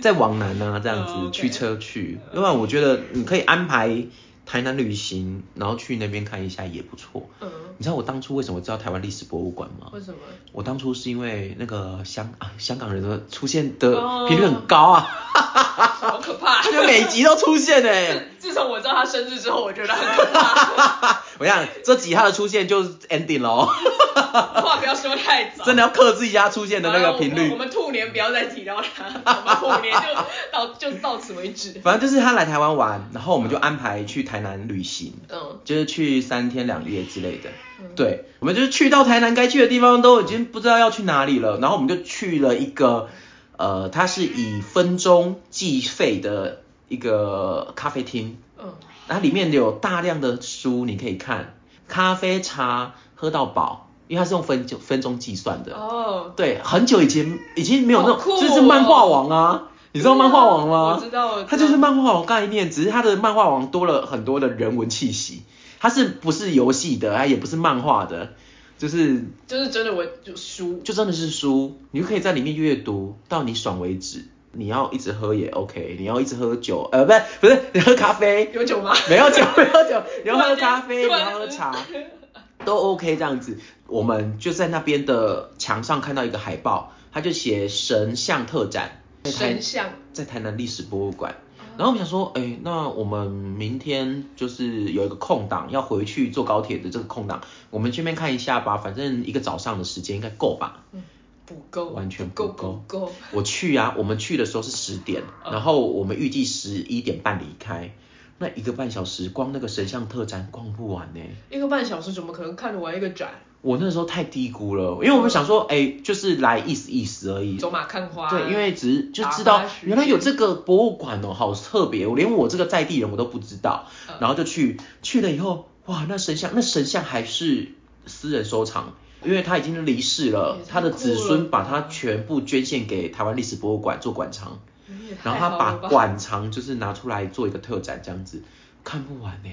Speaker 2: 再往南啊这样子、
Speaker 1: 哦，OK
Speaker 2: 驱车去，另外我觉得你可以安排台南旅行，然后去那边看一下也不错。
Speaker 1: 嗯，
Speaker 2: 你知道我当初为什么知道台湾历史博物馆吗？
Speaker 1: 为什么？
Speaker 2: 我当初是因为那个香啊，香港人的出现的
Speaker 1: 哦
Speaker 2: 频率很高啊，
Speaker 1: 好可怕！
Speaker 2: 他就每集都出现哎、
Speaker 1: 自从我知道他生日之后，我觉得很可 怕。
Speaker 2: 我想这集他的出现就是 ending 喽，
Speaker 1: 话不要说太早，
Speaker 2: 真的要克制一下出现的那个频
Speaker 1: 好了我
Speaker 2: 率
Speaker 1: 我我。们兔年不要再提到他，我们虎年就到 就到此为止。
Speaker 2: 反正就是他来台湾玩，然后我们就安排去台南旅行，
Speaker 1: 嗯，
Speaker 2: 就是去三天两夜之类的。对，我们就是去到台南该去的地方都已经不知道要去哪里了，然后我们就去了一个，呃，它是以分钟计费的一个咖啡厅。
Speaker 1: 嗯，
Speaker 2: 它里面有大量的书你可以看，咖啡茶喝到饱，因为它是用分就分钟计算的。
Speaker 1: 哦，
Speaker 2: 对，很久以前已经没有
Speaker 1: 好
Speaker 2: 那种，
Speaker 1: 酷哦啊
Speaker 2: 这是漫画王啊，你知道漫画王吗？
Speaker 1: 我知道我知道
Speaker 2: 它就是漫画王概念，只是它的漫画王多了很多的人文气息，它是不是游戏的，它也不是漫画的，就是
Speaker 1: 就是真的我就输，
Speaker 2: 就真的是书，你就可以在里面阅读到你爽为止。你要一直喝也 OK，你要一直喝酒，呃，不是不是，你喝咖啡，
Speaker 1: 有酒吗？
Speaker 2: 没有酒，没有酒，你要喝咖啡，你
Speaker 1: 突
Speaker 2: 要
Speaker 1: 然间
Speaker 2: 喝茶，都 OK 这样子。我们就在那边的墙上看到一个海报，它就写神像特展，在台
Speaker 1: 神像
Speaker 2: 在台南历史博物馆。然后我们想说，哎、那我们明天就是有一个空档，要回去坐高铁的这个空档，我们去那边看一下吧，反正一个早上的时间应该够吧。
Speaker 1: 不够，
Speaker 2: 嗯完全
Speaker 1: 不
Speaker 2: 不
Speaker 1: 够，
Speaker 2: 够
Speaker 1: 不够。
Speaker 2: 我去啊，我们去的时候是十点，
Speaker 1: 嗯
Speaker 2: 然后我们预计十一点半离开，那一个半小时光那个神像特展逛不完呢、
Speaker 1: 一个半小时怎么可能看得完一个展？
Speaker 2: 我那时候太低估了，因为我们想说，哎、就是来意思意思而已。
Speaker 1: 走马看花。
Speaker 2: 对，因为只是就
Speaker 1: 打
Speaker 2: 知
Speaker 1: 发
Speaker 2: 道
Speaker 1: 时
Speaker 2: 原来有
Speaker 1: 间
Speaker 2: 这个博物馆哦，好特别，我连我这个在地人我都不知道。
Speaker 1: 嗯
Speaker 2: 然后就去去了以后，哇，那神像那神像还是私人收藏，因为他已经离世了
Speaker 1: 也，太
Speaker 2: 他的
Speaker 1: 酷
Speaker 2: 子
Speaker 1: 了
Speaker 2: 孙把
Speaker 1: 吧
Speaker 2: 它全部捐献给台湾历史博物馆做馆藏，
Speaker 1: 你也太
Speaker 2: 然后他
Speaker 1: 好
Speaker 2: 把
Speaker 1: 了吧
Speaker 2: 馆藏就是拿出来做一个特展这样子，看不完呢、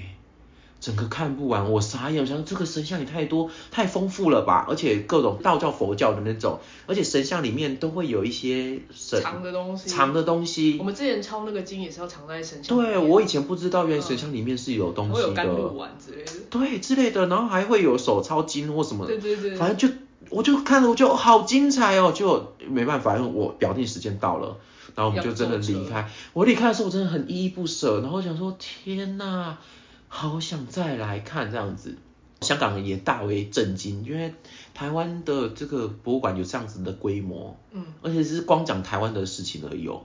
Speaker 2: 整个看不完，我傻眼，我想这个神像也太多太丰富了吧，而且各种道教、佛教的那种，而且神像里面都会有一些神
Speaker 1: 藏的东西
Speaker 2: 藏的东西
Speaker 1: 我。们之前抄那个经也是要藏在神像里面。
Speaker 2: 对，我以前不知道原来神像里面是有东
Speaker 1: 我
Speaker 2: 西的。
Speaker 1: 有甘露丸之类的。
Speaker 2: 对之类的，然后还会有手抄经或什么，
Speaker 1: 对对对
Speaker 2: 反正就我就看了，我就好精彩哦，就没办法，因为我表定时间到了，然后我们就真的
Speaker 1: 要
Speaker 2: 离
Speaker 1: 坐
Speaker 2: 开。我离开的时候，我真的很依依不舍，然后想说天呐，好想再来看这样子。香港人也大为震惊，因为台湾的这个博物馆有这样子的规模，
Speaker 1: 嗯，
Speaker 2: 而且是光讲台湾的事情而已哦。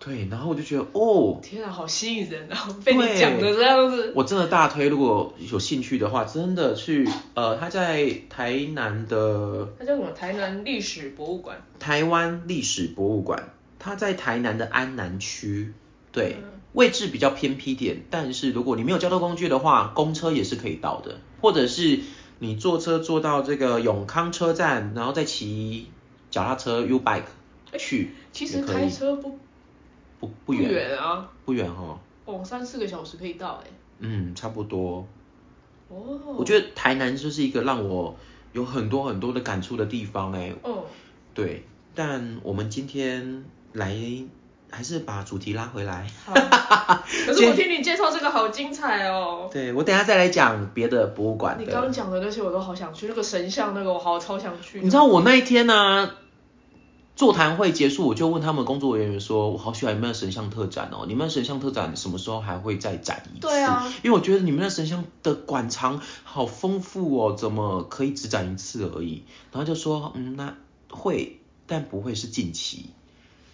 Speaker 2: 对，然后我就觉得哦，
Speaker 1: 天啊，好吸引人啊！被
Speaker 2: 对
Speaker 1: 你讲的这样子。
Speaker 2: 我真的大推，如果有兴趣的话，真的去呃，他在台南的
Speaker 1: 它叫什么？台南历史博物馆。
Speaker 2: 台湾历史博物馆，它在台南的安南区，对
Speaker 1: 嗯，
Speaker 2: 位置比较偏僻点，但是如果你没有交通工具的话，公车也是可以到的，或者是你坐车坐到这个永康车站，然后再骑脚踏车 U bike 去，
Speaker 1: 其实
Speaker 2: 也可以
Speaker 1: 开车不
Speaker 2: 不不远
Speaker 1: 远啊，
Speaker 2: 不远哦，
Speaker 1: 哦，三四个小时可以到哎、
Speaker 2: 嗯，差不多。
Speaker 1: 哦，
Speaker 2: 我觉得台南就是一个让我有很多很多的感触的地方哎、
Speaker 1: 嗯，
Speaker 2: 对，但我们今天来还是把主题拉回来。
Speaker 1: 好。可是我听你介绍这个好精彩哦。
Speaker 2: 对我等一下再来讲别的博物馆
Speaker 1: 你刚刚
Speaker 2: 的。
Speaker 1: 讲的那些我都好想去，那个神像那个我好超想去。
Speaker 2: 你知道我那一天呢、座谈会结束，我就问他们工作人员说：“我好喜欢你们的神像特展哦，你们的神像特展什么时候还会再展一次？
Speaker 1: 对啊
Speaker 2: 因为我觉得你们的神像的馆藏好丰富哦，怎么可以只展一次而已？”然后就说：“嗯，那会，但不会是近期。”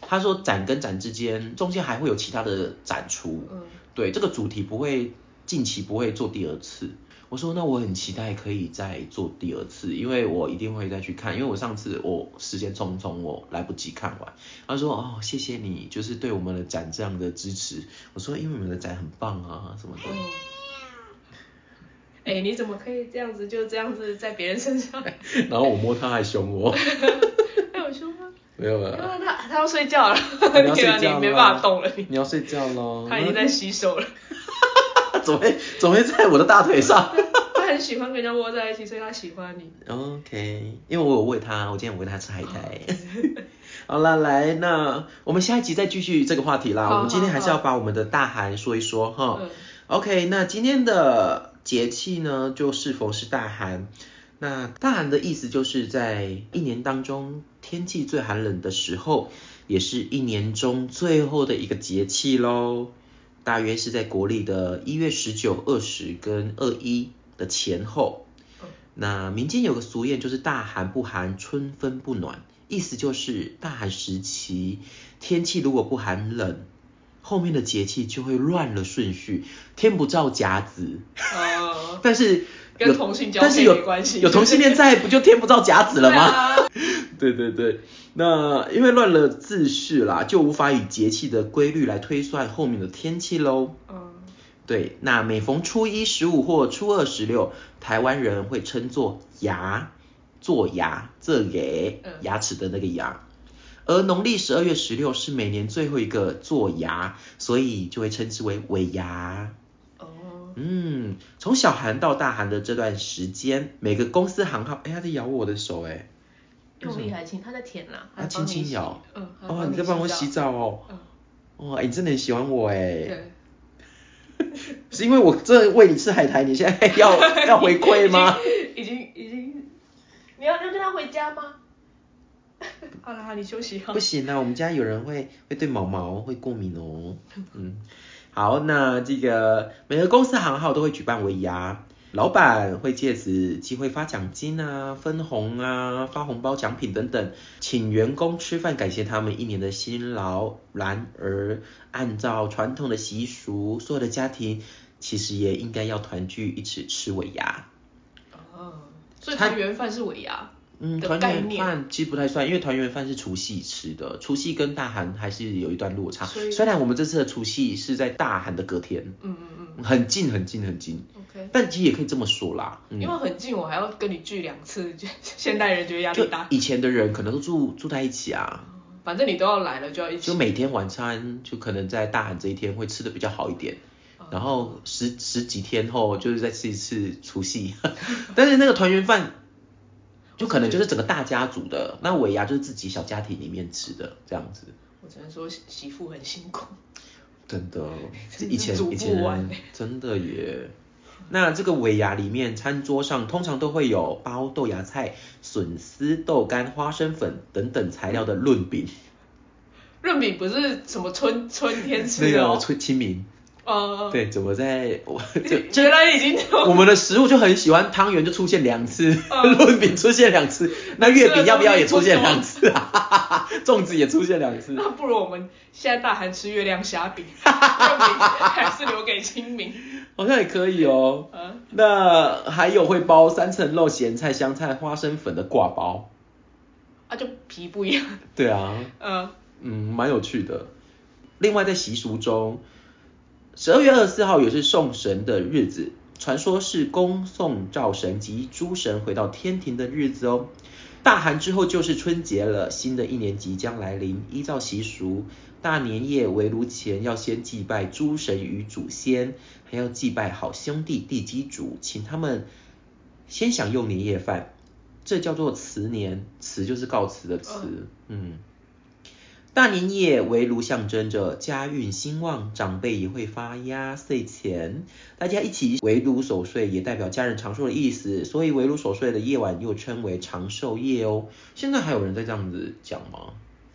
Speaker 2: 他说：“展跟展之间，中间还会有其他的展出。”
Speaker 1: 嗯，
Speaker 2: 对，这个主题不会近期不会做第二次。我说那我很期待可以再做第二次，因为我一定会再去看，因为我上次我时间匆匆，我来不及看完。他说哦，谢谢你，就是对我们的展这样的支持。我说因为你们的展很棒啊什么的。
Speaker 1: 嗯。哎、你怎么可以这样子就这样子在别人身上？
Speaker 2: 然后我摸他还凶我，
Speaker 1: 哎，我说吗？
Speaker 2: 没有
Speaker 1: 因为
Speaker 2: 了，
Speaker 1: 他他要睡觉了，啊
Speaker 2: 你 要睡觉
Speaker 1: 你
Speaker 2: 了哦
Speaker 1: 没办法动了，你
Speaker 2: 你要睡觉 喽。
Speaker 1: 他已经在洗手了。
Speaker 2: 总会总会在我的大腿上。
Speaker 1: 他很喜欢跟人家窝在一起，所以他喜欢你。
Speaker 2: OK，因为我有喂它，我今天有喂它吃海 苔。好啦，来，那我们下一集再继续这个话题啦。
Speaker 1: 好
Speaker 2: 我们今天还是要
Speaker 1: 好
Speaker 2: 把我们的大寒说一说哈。
Speaker 1: 嗯
Speaker 2: OK，那今天的节气呢，就是否是大寒？那大寒的意思就是在一年当中天气最寒冷的时候，也是一年中最后的一个节气喽。大约是在国历的一月十九、二十跟二一的前后。那民间有个俗谚，就是“大寒不寒，春分不暖”，意思就是大寒时期天气如果不寒冷，后面的节气就会乱了顺序，天不照甲子。
Speaker 1: 哦，
Speaker 2: 但是
Speaker 1: 跟
Speaker 2: 有
Speaker 1: 同性交配
Speaker 2: 但是有
Speaker 1: 没关系啊
Speaker 2: 有同性恋在，不就天不照甲子了吗？
Speaker 1: 吗？
Speaker 2: 对对对，那因为乱了秩序啦，就无法以节气的规律来推算后面的天气喽。
Speaker 1: 嗯，
Speaker 2: 对，那每逢初一、十五或初二、十六，台湾人会称作牙，做牙，这给
Speaker 1: 嗯
Speaker 2: 牙齿的那个牙。而农历十二月十六是每年最后一个做牙，所以就会称之为尾牙。
Speaker 1: 哦，
Speaker 2: 嗯，从小寒到大寒的这段时间，每个公司行号，哎，他在咬我的手，哎，
Speaker 1: 用力还轻，他在舔啦，
Speaker 2: 他轻轻咬，
Speaker 1: 嗯，还
Speaker 2: 哦，你在帮我洗，澡哦，
Speaker 1: 嗯，
Speaker 2: 哦，哎，你真的很喜欢我哎，
Speaker 1: 对，
Speaker 2: 是因为我这喂你吃海苔，你现在 要要回馈吗？
Speaker 1: 已经已经，你要要跟他回家吗？ 好啦，你休息 好
Speaker 2: 不。行啊，我们家有人会会对毛毛会过敏哦。嗯，好，那这个每个公司行号都会举办尾牙，老板会借此机会发奖金啊、分红啊、发红包奖品等等，请员工吃饭，感谢他们一年的辛劳。然而，按照传统的习俗，所有的家庭其实也应该要团聚一起吃尾牙。
Speaker 1: 哦，所以团圆饭是尾牙。
Speaker 2: 嗯，
Speaker 1: 的
Speaker 2: 团
Speaker 1: 概
Speaker 2: 圆
Speaker 1: 念
Speaker 2: 饭其实不太算，因为团圆饭是除夕吃的，除夕跟大寒还是有一段落差。
Speaker 1: 所以
Speaker 2: 虽然我们这次的除夕是在大寒的隔天，
Speaker 1: 嗯嗯
Speaker 2: 很近很近很近，
Speaker 1: 嗯，OK。
Speaker 2: 但其实也可以这么说啦。嗯
Speaker 1: 因为很近，我还要跟你聚两次， 就现代人觉得压
Speaker 2: 就
Speaker 1: 力大。
Speaker 2: 以前的人可能都住住在一起啊，
Speaker 1: 反正你都要来了，就要一起。
Speaker 2: 就每天晚餐就可能在大寒这一天会吃的比较好一点，
Speaker 1: 哦嗯
Speaker 2: 然后十十几天后就是再吃一次除夕， 但是那个团圆饭就可能就是整个大家族的，那尾牙就是自己小家庭里面吃的这样子。
Speaker 1: 我只能说媳媳妇很辛苦。
Speaker 2: 真的，
Speaker 1: 真
Speaker 2: 以
Speaker 1: 是
Speaker 2: 前
Speaker 1: 煮
Speaker 2: 以
Speaker 1: 不
Speaker 2: 前
Speaker 1: 完
Speaker 2: 人真的耶。那这个尾牙里面，餐桌上通常都会有包豆芽菜、笋丝、豆干、花生粉等等材料的润饼，
Speaker 1: 润饼不是什么春春天吃
Speaker 2: 那
Speaker 1: 的
Speaker 2: 个
Speaker 1: 哦，
Speaker 2: 春清明。
Speaker 1: 呃，
Speaker 2: 对，怎么在我就
Speaker 1: 原来已经有
Speaker 2: 我们的食物就很喜欢汤圆，就出现两次，
Speaker 1: 嗯
Speaker 2: 润饼出现两次，那月饼要不要也出现两 次啊？粽子也出现两次。
Speaker 1: 那不如我们现在大寒吃月亮虾 饼，润饼还是留给清明。
Speaker 2: 好像也可以哦。
Speaker 1: 嗯
Speaker 2: 那还有会包三层肉、咸菜、香菜、花生粉的挂包。
Speaker 1: 啊，就皮不一样。
Speaker 2: 对啊，
Speaker 1: 嗯，
Speaker 2: 嗯，蛮有趣的。另外，在习俗中，十二月二十四号也是送神的日子，传说是恭送灶神及诸神回到天庭的日子哦。大寒之后就是春节了，新的一年即将来临。依照习俗，大年夜围炉前要先祭拜诸神与祖先，还要祭拜好兄弟地基主，请他们先享用年夜饭。这叫做辞年，辞就是告辞的辞，嗯。大年夜围炉象征着家运兴旺，长辈也会发压岁钱，大家一起围炉守岁，也代表家人长寿的意思。所以围炉守岁的夜晚又称为长寿夜哦。现在还有人在这样子讲吗？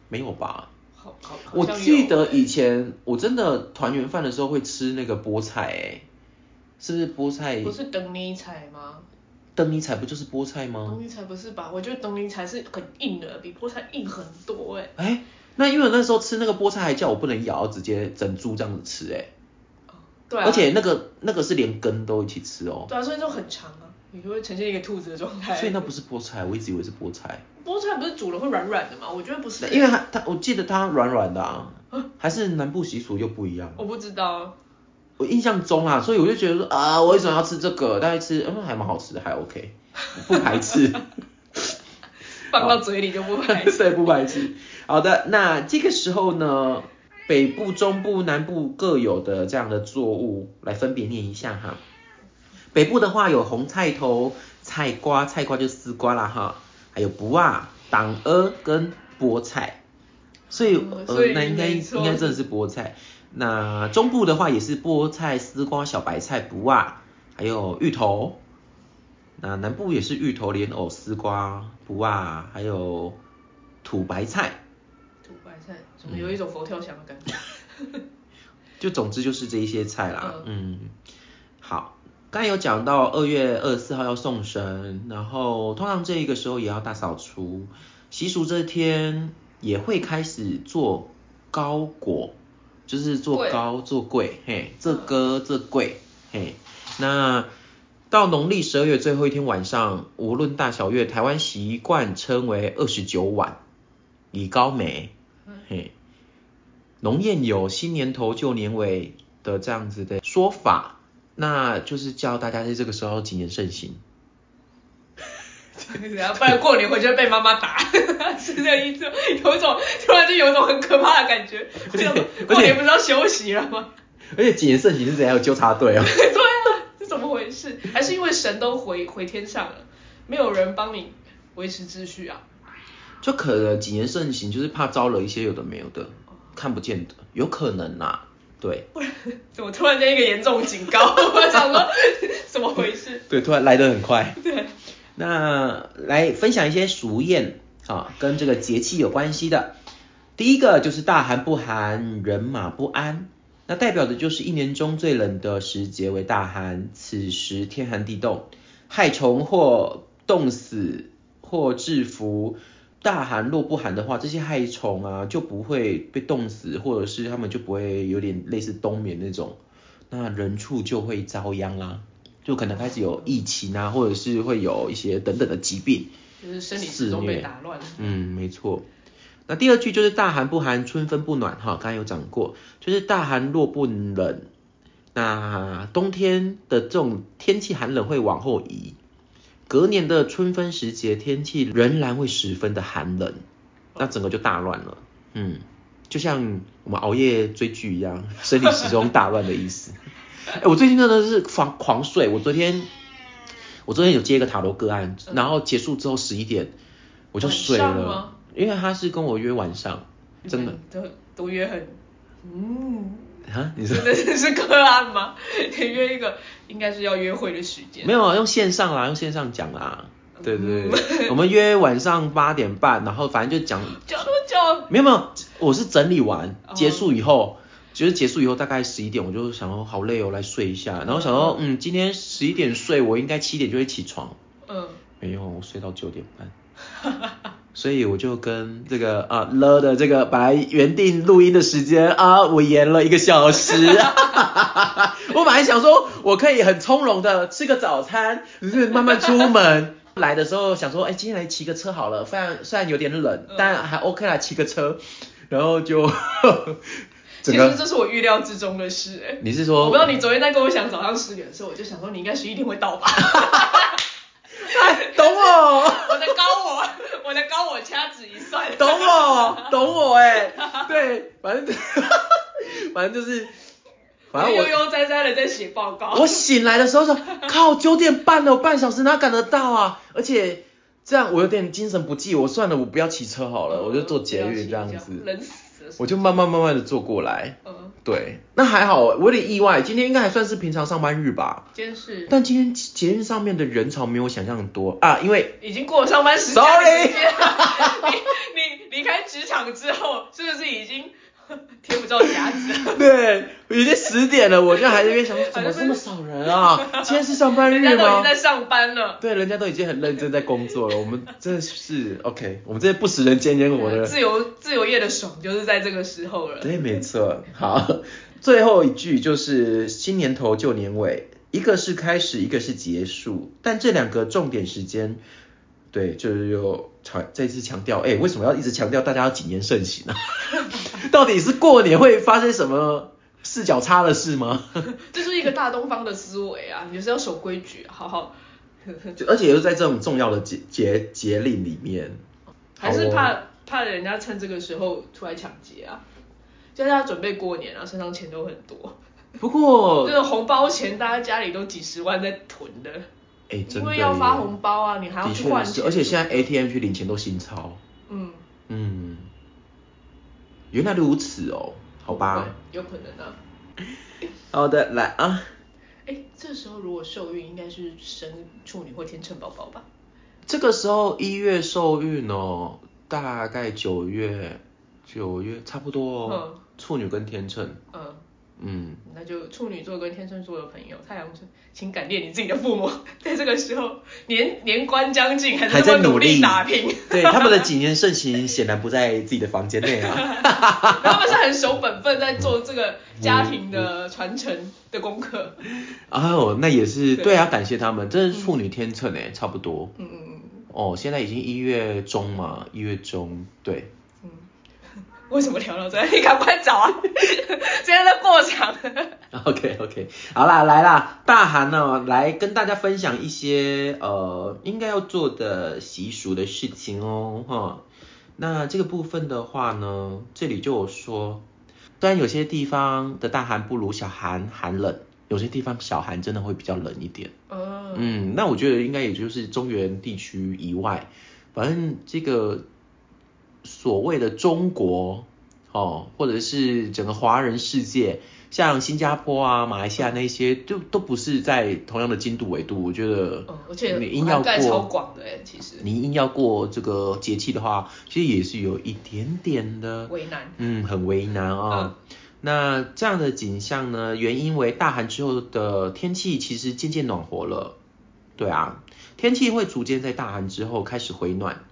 Speaker 2: 没有吧？
Speaker 1: 好好，好
Speaker 2: 我
Speaker 1: 像有
Speaker 2: 记得以前我真的团圆饭的时候会吃那个菠菜、欸，是不是菠菜
Speaker 1: 不？是等你踩吗？
Speaker 2: 灯泥彩不就是菠菜吗？
Speaker 1: 等你踩不是吧？我觉得等你踩是很硬的，比菠菜硬很多哎、
Speaker 2: 哎、那因为我那时候吃那个菠菜，还叫我不能咬，直接整株这样子吃、哎、
Speaker 1: 对啊，
Speaker 2: 而且那个那个是连根都一起吃哦，
Speaker 1: 对啊，所以就很长啊，你就会呈现一个兔子的状态。
Speaker 2: 所以那不是菠菜，我一直以为是菠菜，
Speaker 1: 菠菜不是煮了会软软的吗？我觉得不是，
Speaker 2: 因为它它我记得它软软的啊，还是南部习俗又不一样。
Speaker 1: 欸我不知道。
Speaker 2: 我印象中啊，所以我就觉得说啊，我为什么要吃这个？但是吃嗯还蛮好吃的，还 OK，不排斥。
Speaker 1: 放到嘴里就不排斥。
Speaker 2: 对，不排斥。好的，那这个时候呢，北部、中部、南部各有的这样的作物，来分别念一下哈。北部的话有红菜头、菜瓜，菜瓜就丝瓜啦哈，还有不啊、党鹅跟菠菜，所以
Speaker 1: 哦
Speaker 2: 呃
Speaker 1: 所以
Speaker 2: 那应该
Speaker 1: 没
Speaker 2: 应
Speaker 1: 错
Speaker 2: 该真的是菠菜。那中部的话也是菠菜、丝瓜、小白菜、不啊，还有芋头。那南部也是芋头、莲藕、丝瓜、不啊，还有土白菜，
Speaker 1: 土白菜怎么有一种佛跳墙的感 觉？
Speaker 2: 就总之就是这一些菜啦。
Speaker 1: 嗯
Speaker 2: 嗯，好，刚才有讲到二月二十四号要送神，然后通常这一个时候也要大扫除，习俗这天也会开始做糕果，就是做
Speaker 1: 桂
Speaker 2: 糕做桂，嘿，这歌这桂，嘿，那。到农历十二月最后一天晚上，无论大小月，台湾习惯称为二十九晚，以高梅，嘿，农谚有新年头旧年尾的这样子的说法，那就是叫大家在这个时候谨言慎行。
Speaker 1: 然后不然过年回去会被妈妈打，是这个意思吗？有一种突然就有一种很可怕的感觉。
Speaker 2: 而且
Speaker 1: 为什么过年不是要休息了吗？
Speaker 2: 而且谨言慎行是怎样有纠察队哦？
Speaker 1: 是怎么回事？还是因为神都回回天上了，没有人帮你维持秩序啊？
Speaker 2: 就可能谨言慎行，就是怕招惹一些有的没有的看不见的，有可能啦、啊对
Speaker 1: 怎么突然间一个严重警告？ 我想说怎么回事？
Speaker 2: 对，突然来得很快。
Speaker 1: 对，
Speaker 2: 那来分享一些俗谚啊，跟这个节气有关系的。第一个就是大寒不寒，人马不安。那代表的就是一年中最冷的时节为大寒，此时天寒地冻，害虫或冻死或制服。大寒若不寒的话，这些害虫啊就不会被冻死，或者是它们就不会有点类似冬眠那种，那人畜就会遭殃啦、就可能开始有疫情啊，或者是会有一些等等的疾病。
Speaker 1: 就是生理时钟被打乱。
Speaker 2: 嗯，没错。那第二句就是大寒不寒，春分不暖哈，刚才有讲过，就是大寒若不冷，那冬天的这种天气寒冷会往后移，隔年的春分时节天气仍然会十分的寒冷，那整个就大乱了。嗯，就像我们熬夜追剧一样，生理时钟大乱的意思。哎、我最近真的是狂狂睡，我昨天我昨天有接一个塔罗个案，然后结束之后十一点我就睡
Speaker 1: 嗯晚上吗
Speaker 2: 了，因为他是跟我约晚上，真的
Speaker 1: 都嗯都约很，嗯，
Speaker 2: 啊？你说
Speaker 1: 真的是 个案吗？你约一个应该是要约会的时间。
Speaker 2: 没有啊？用线上啦，用线上讲啦。对对对，我们约晚上八点半，然后反正就讲，
Speaker 1: 讲多久？
Speaker 2: 没有没有，我是整理完
Speaker 1: 哦
Speaker 2: 结束以后，就是结束以后大概十一点，我就想说好累哦，来睡一下。然后想说，嗯，今天十一点睡，我应该七点就会起床。
Speaker 1: 嗯，
Speaker 2: 没有，我睡到九点半，所以我就跟这个啊了的这个本来原定录音的时间啊，我延了一个小时。 我本来想说我可以很从容的吃个早餐，就是慢慢出门。来的时候想说，哎、今天来骑个车好了，虽然虽然有点冷，
Speaker 1: 嗯
Speaker 2: 但还 OK 啦，骑个车。然后就
Speaker 1: 其
Speaker 2: 整
Speaker 1: 实
Speaker 2: 个，哦
Speaker 1: 这是我预料之中的事、哎。
Speaker 2: 你是说
Speaker 1: 我不知道你昨天在跟我讲早上十点的时候，我就想说你应该十一点会到吧？
Speaker 2: 懂哦我。
Speaker 1: 我的高我，我的高我掐指一算，
Speaker 2: 懂我，懂我哎、对，反正就 反正就是，反正
Speaker 1: 悠
Speaker 2: 我
Speaker 1: 悠哉哉的在写报告。
Speaker 2: 我醒来的时候说，靠，九点半了，我半小时哪赶得到啊？而且这样我有点精神不济，我算了，我不要骑车好
Speaker 1: 哦
Speaker 2: 了，我就坐捷运这样子，
Speaker 1: 冷死了。
Speaker 2: 我就慢慢慢慢的坐过来。
Speaker 1: 嗯，
Speaker 2: 对，那还好，我有点意外，今天应该还算是平常上班日吧。
Speaker 1: 今天是
Speaker 2: 但今天捷运上面的人潮没有想象的多啊，因为
Speaker 1: 已经过了上班时间的
Speaker 2: Sorry
Speaker 1: 时间了你你离开职场之后，是不是已经 贴不到夹子了？
Speaker 2: 对，已经十点了，我就还在那边想说，怎么这么少 人啊？今天是上班
Speaker 1: 人家
Speaker 2: 日
Speaker 1: 都已经
Speaker 2: 吗？
Speaker 1: 在上班了，
Speaker 2: 对，人家都已经很认真在工作了，我们真的是 OK，我们这些不食人间烟火的，
Speaker 1: 自由自由业的爽就是在这个时候了。
Speaker 2: 对，没错。好，最后一句就是新年头旧年尾，一个是开始，一个是结束，但这两个重点时间，对，就是又强再次强调，哎，为什么要一直强调大家要谨言慎行呢、 到底是过年会发生什么四脚叉的事吗？
Speaker 1: 这就是一个大东方的思维啊，你就是要守规矩，好 好。
Speaker 2: 就而且又在这种重要的节节节令里面，
Speaker 1: 还是
Speaker 2: 好哦
Speaker 1: 怕、怕人家趁这个时候出来抢劫啊。就大家准备过年啊，身上钱都很多，
Speaker 2: 不过
Speaker 1: 这，个红包钱大家家里都几十万在囤的，
Speaker 2: 哎、真
Speaker 1: 因
Speaker 2: 的
Speaker 1: 为
Speaker 2: 耶
Speaker 1: 要发红包啊，你还要
Speaker 2: 的
Speaker 1: 去
Speaker 2: 确
Speaker 1: 换
Speaker 2: 是，
Speaker 1: 钱，
Speaker 2: 而且现在 ATM 去领钱都新钞，
Speaker 1: 嗯，
Speaker 2: 嗯，原来如此哦，好吧，
Speaker 1: 有可能啊。
Speaker 2: 好的，来啊，
Speaker 1: 哎，这时候如果受孕，应该是生处女或天秤宝宝吧？
Speaker 2: 这个时候一月受孕哦，大概九月九月差不多哦，
Speaker 1: 嗯
Speaker 2: 处女跟天秤，
Speaker 1: 嗯，
Speaker 2: 嗯，
Speaker 1: 那就处女座跟天秤座的朋友，太阳座，请感念你自己的父母，在这个时候年年关将近，还
Speaker 2: 还
Speaker 1: 这
Speaker 2: 在
Speaker 1: 么努
Speaker 2: 努力
Speaker 1: 打 拼，
Speaker 2: 对，他们的谨言慎行显然不在自己的房间内啊。
Speaker 1: 他们是很守本分，在做这个家庭的传承的功课。
Speaker 2: 哦，那也是
Speaker 1: 对
Speaker 2: 对啊，感谢他们，这是处女天秤哎、差不多。
Speaker 1: 嗯嗯
Speaker 2: 哦，现在已经一月中嘛，一月中，对，
Speaker 1: 嗯。为什么聊到这？你 赶快找啊！现在在过场。
Speaker 2: OK OK，好啦，来啦，大寒呢、来跟大家分享一些呃应该要做的习俗的事情哦，哈。那这个部分的话呢，这里就有说，虽然有些地方的大寒不如小寒寒冷，有些地方小寒真的会比较冷一点。
Speaker 1: 嗯，
Speaker 2: 嗯，那我觉得应该也就是中原地区以外，反正这个所谓的中国哦，或者是整个华人世界，像新加坡啊、马来西亚那些，就都不是在同样的精度纬度。我觉得，
Speaker 1: 嗯，而且
Speaker 2: 你硬要
Speaker 1: 涵盖超
Speaker 2: 过，
Speaker 1: 广的哎、其实
Speaker 2: 你硬要过这个节气的话，其实也是有一点点的
Speaker 1: 为难。
Speaker 2: 嗯，很为难哦。那这样的景象呢，原因为大寒之后的天气其实渐渐暖和了，对啊，天气会逐渐在大寒之后开始回暖，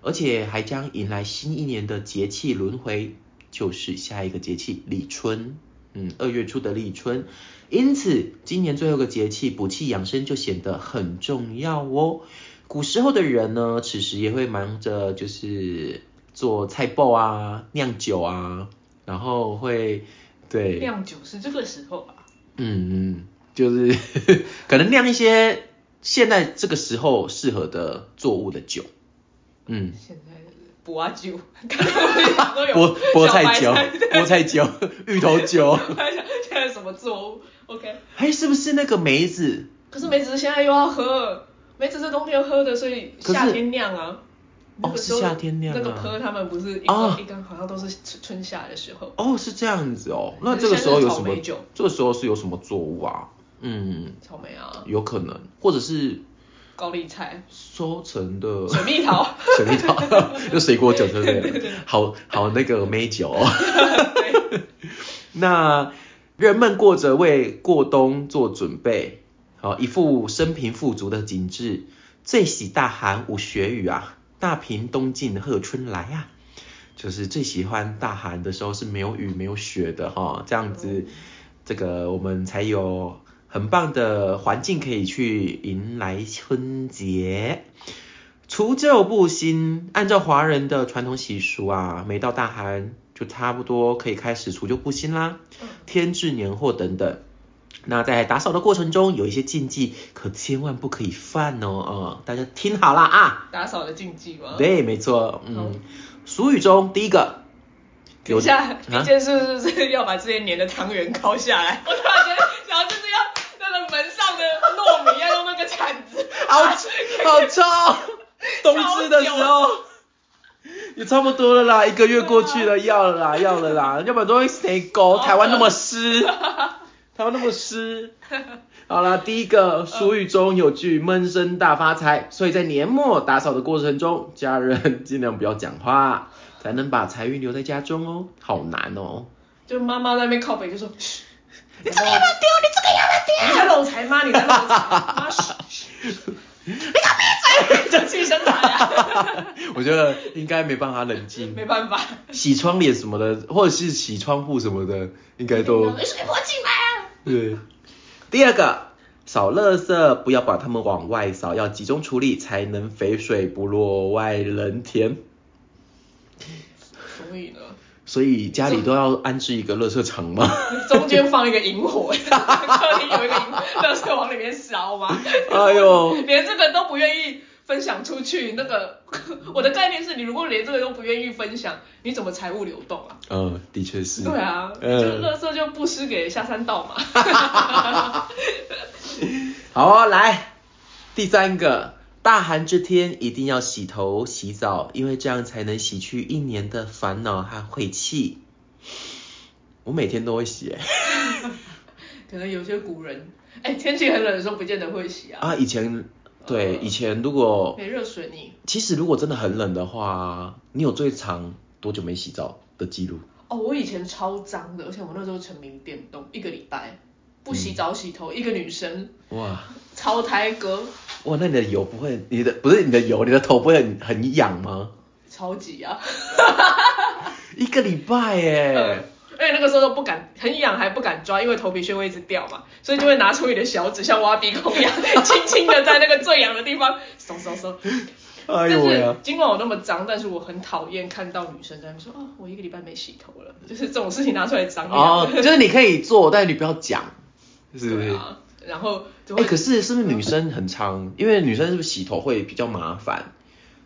Speaker 2: 而且还将迎来新一年的节气轮回，就是下一个节气立春，嗯，二月初的立春。因此，今年最后一个节气补气养生就显得很重要哦。古时候的人呢，此时也会忙着就是做菜爆啊、酿酒啊，然后会对，
Speaker 3: 酿酒是这个时候吧？
Speaker 2: 嗯嗯，就是 可能酿一些现在这个时候适合的作物的酒，嗯，
Speaker 3: 现在
Speaker 1: 啊
Speaker 3: 博 酒，刚刚我也想说有
Speaker 2: 菠菠菜酒
Speaker 3: 小白、
Speaker 2: 菠菜酒、芋头 酒，
Speaker 3: 我还想现在什么作物？OK，
Speaker 2: 哎，是不是那个梅子？
Speaker 1: 可是梅子现在又要喝，梅子是冬天喝的，所以
Speaker 2: 可是
Speaker 1: 夏天酿啊。那
Speaker 2: 哦，
Speaker 1: 个时
Speaker 2: 是
Speaker 1: 候
Speaker 2: 夏天酿
Speaker 1: 那个
Speaker 2: 啊。
Speaker 1: 坡他们不是一缸、
Speaker 2: 啊
Speaker 1: 一缸，好像都是春春夏的时候。
Speaker 2: 哦，是这样子哦。那
Speaker 1: 就是
Speaker 2: 这个时候有
Speaker 1: 现在
Speaker 2: 什
Speaker 1: 是草
Speaker 2: 么
Speaker 1: 莓酒？
Speaker 2: 这个时候是有什么作物啊？嗯，
Speaker 1: 草莓啊，
Speaker 2: 有可能，或者是
Speaker 1: 高丽菜、
Speaker 2: 收成的
Speaker 1: 水蜜 桃，
Speaker 2: 水蜜桃，就水果酒之类的，好好那个美酒哦。那人们过着为过冬做准备，好、一副生平富足的景致。最喜大寒无雪雨啊，大平东尽贺春来啊。就是最喜欢大寒的时候是没有雨没有雪的哈、这样子，这个我们才有很棒的环境可以去迎来春节。除旧布新，按照华人的传统习俗啊，每到大寒就差不多可以开始除旧布新啦，添置年货等等。那在打扫的过程中，有一些禁忌可千万不可以犯哦，呃，大家听好了啊。
Speaker 1: 打扫的禁忌吗？
Speaker 2: 对，没错，
Speaker 1: 好
Speaker 2: 嗯，俗语中第一个，
Speaker 1: 等一下，第一
Speaker 2: 啊，
Speaker 1: 件事是不是要把之前粘的汤圆敲下 来？我突然觉得，想要就是要那个门上的糯米要用那个铲子，
Speaker 2: 好好 臭，冬至的时候。也差不多了啦，一个月过去
Speaker 1: 啊
Speaker 2: 了，要了啦，要了啦，要不然都会谁狗？台湾那么湿，
Speaker 1: 哦
Speaker 2: 台湾那 么湿。好啦，第一
Speaker 1: 嗯
Speaker 2: 个俗语中有句“闷声大发财”，所以在年末打扫的过程中，家人 尽量不要讲话，才能把财运留在家中哦。好难哦，
Speaker 1: 就妈妈在那边靠北就说，嘘你这个要丢，你这个要丢，你在漏财吗？你在漏财吗？妈，嘘嘘你给我闭嘴，就气生财啊，
Speaker 2: 我觉得应该没办法冷静。
Speaker 1: 没办法，
Speaker 2: 洗窗帘什么的，或者是洗窗户什么的，应该哎都
Speaker 1: 水泼进来啊。
Speaker 2: 对。第二个，扫垃圾不要把它们往外扫，要集中处理，才能肥水不落外人田。
Speaker 1: 所以呢，
Speaker 2: 所以家里都要安置一个垃圾场吗？
Speaker 1: 中间放一个萤火， 客厅有一个萤火，垃圾往里面烧嘛。
Speaker 2: 哎呦，
Speaker 1: 连这个都不愿意分享出去，那个我的概念是你如果连这个都不愿意分享，你怎么财务流动啊？
Speaker 2: 嗯，的确是。
Speaker 1: 对啊，
Speaker 2: 嗯
Speaker 1: 就垃圾就不施给下三道嘛。
Speaker 2: 好、哦，来第三个，大寒之天一定要洗头洗澡，因为这样才能洗去一年的烦恼和晦气。我每天都会洗、欸。
Speaker 1: 可能有些古人，哎、天气很冷的时候不见得会洗啊，
Speaker 2: 啊，以前对、
Speaker 1: 呃
Speaker 2: 以前如果
Speaker 1: 没热水你。
Speaker 2: 其实如果真的很冷的话，你有最长多久没洗澡的记录？
Speaker 1: 哦，我以前超脏的，而且我那时候沉迷电动，一个礼
Speaker 2: 嗯
Speaker 1: 拜不洗澡洗头，一个女生
Speaker 2: 哇
Speaker 1: 超胎哥，
Speaker 2: 哇，那你的油不会，你的不是你的油，你的头不会很很痒吗？
Speaker 1: 超级啊。
Speaker 2: 一个礼拜
Speaker 1: 嗯
Speaker 2: 耶，
Speaker 1: 而且那个时候都不敢，很痒还不敢抓，因为头皮屑会一直掉嘛，所以就会拿出你的小指，像挖鼻孔 一样，轻轻的在那个最痒的地方搜搜搜。
Speaker 2: 哎呦喂
Speaker 1: 但
Speaker 2: 啊
Speaker 1: 是！尽管我那么脏，但是我很讨厌看到女生在那边说啊、我一个礼拜没洗头了，就是这种事情拿出来张扬。
Speaker 2: 哦，就是你可以做，但你不要讲，是不
Speaker 1: 对
Speaker 2: 是？
Speaker 1: 啊，然后就
Speaker 2: 哎、
Speaker 1: 会、
Speaker 2: 可是是不是女生很常？因为女生是不是洗头会比较麻烦，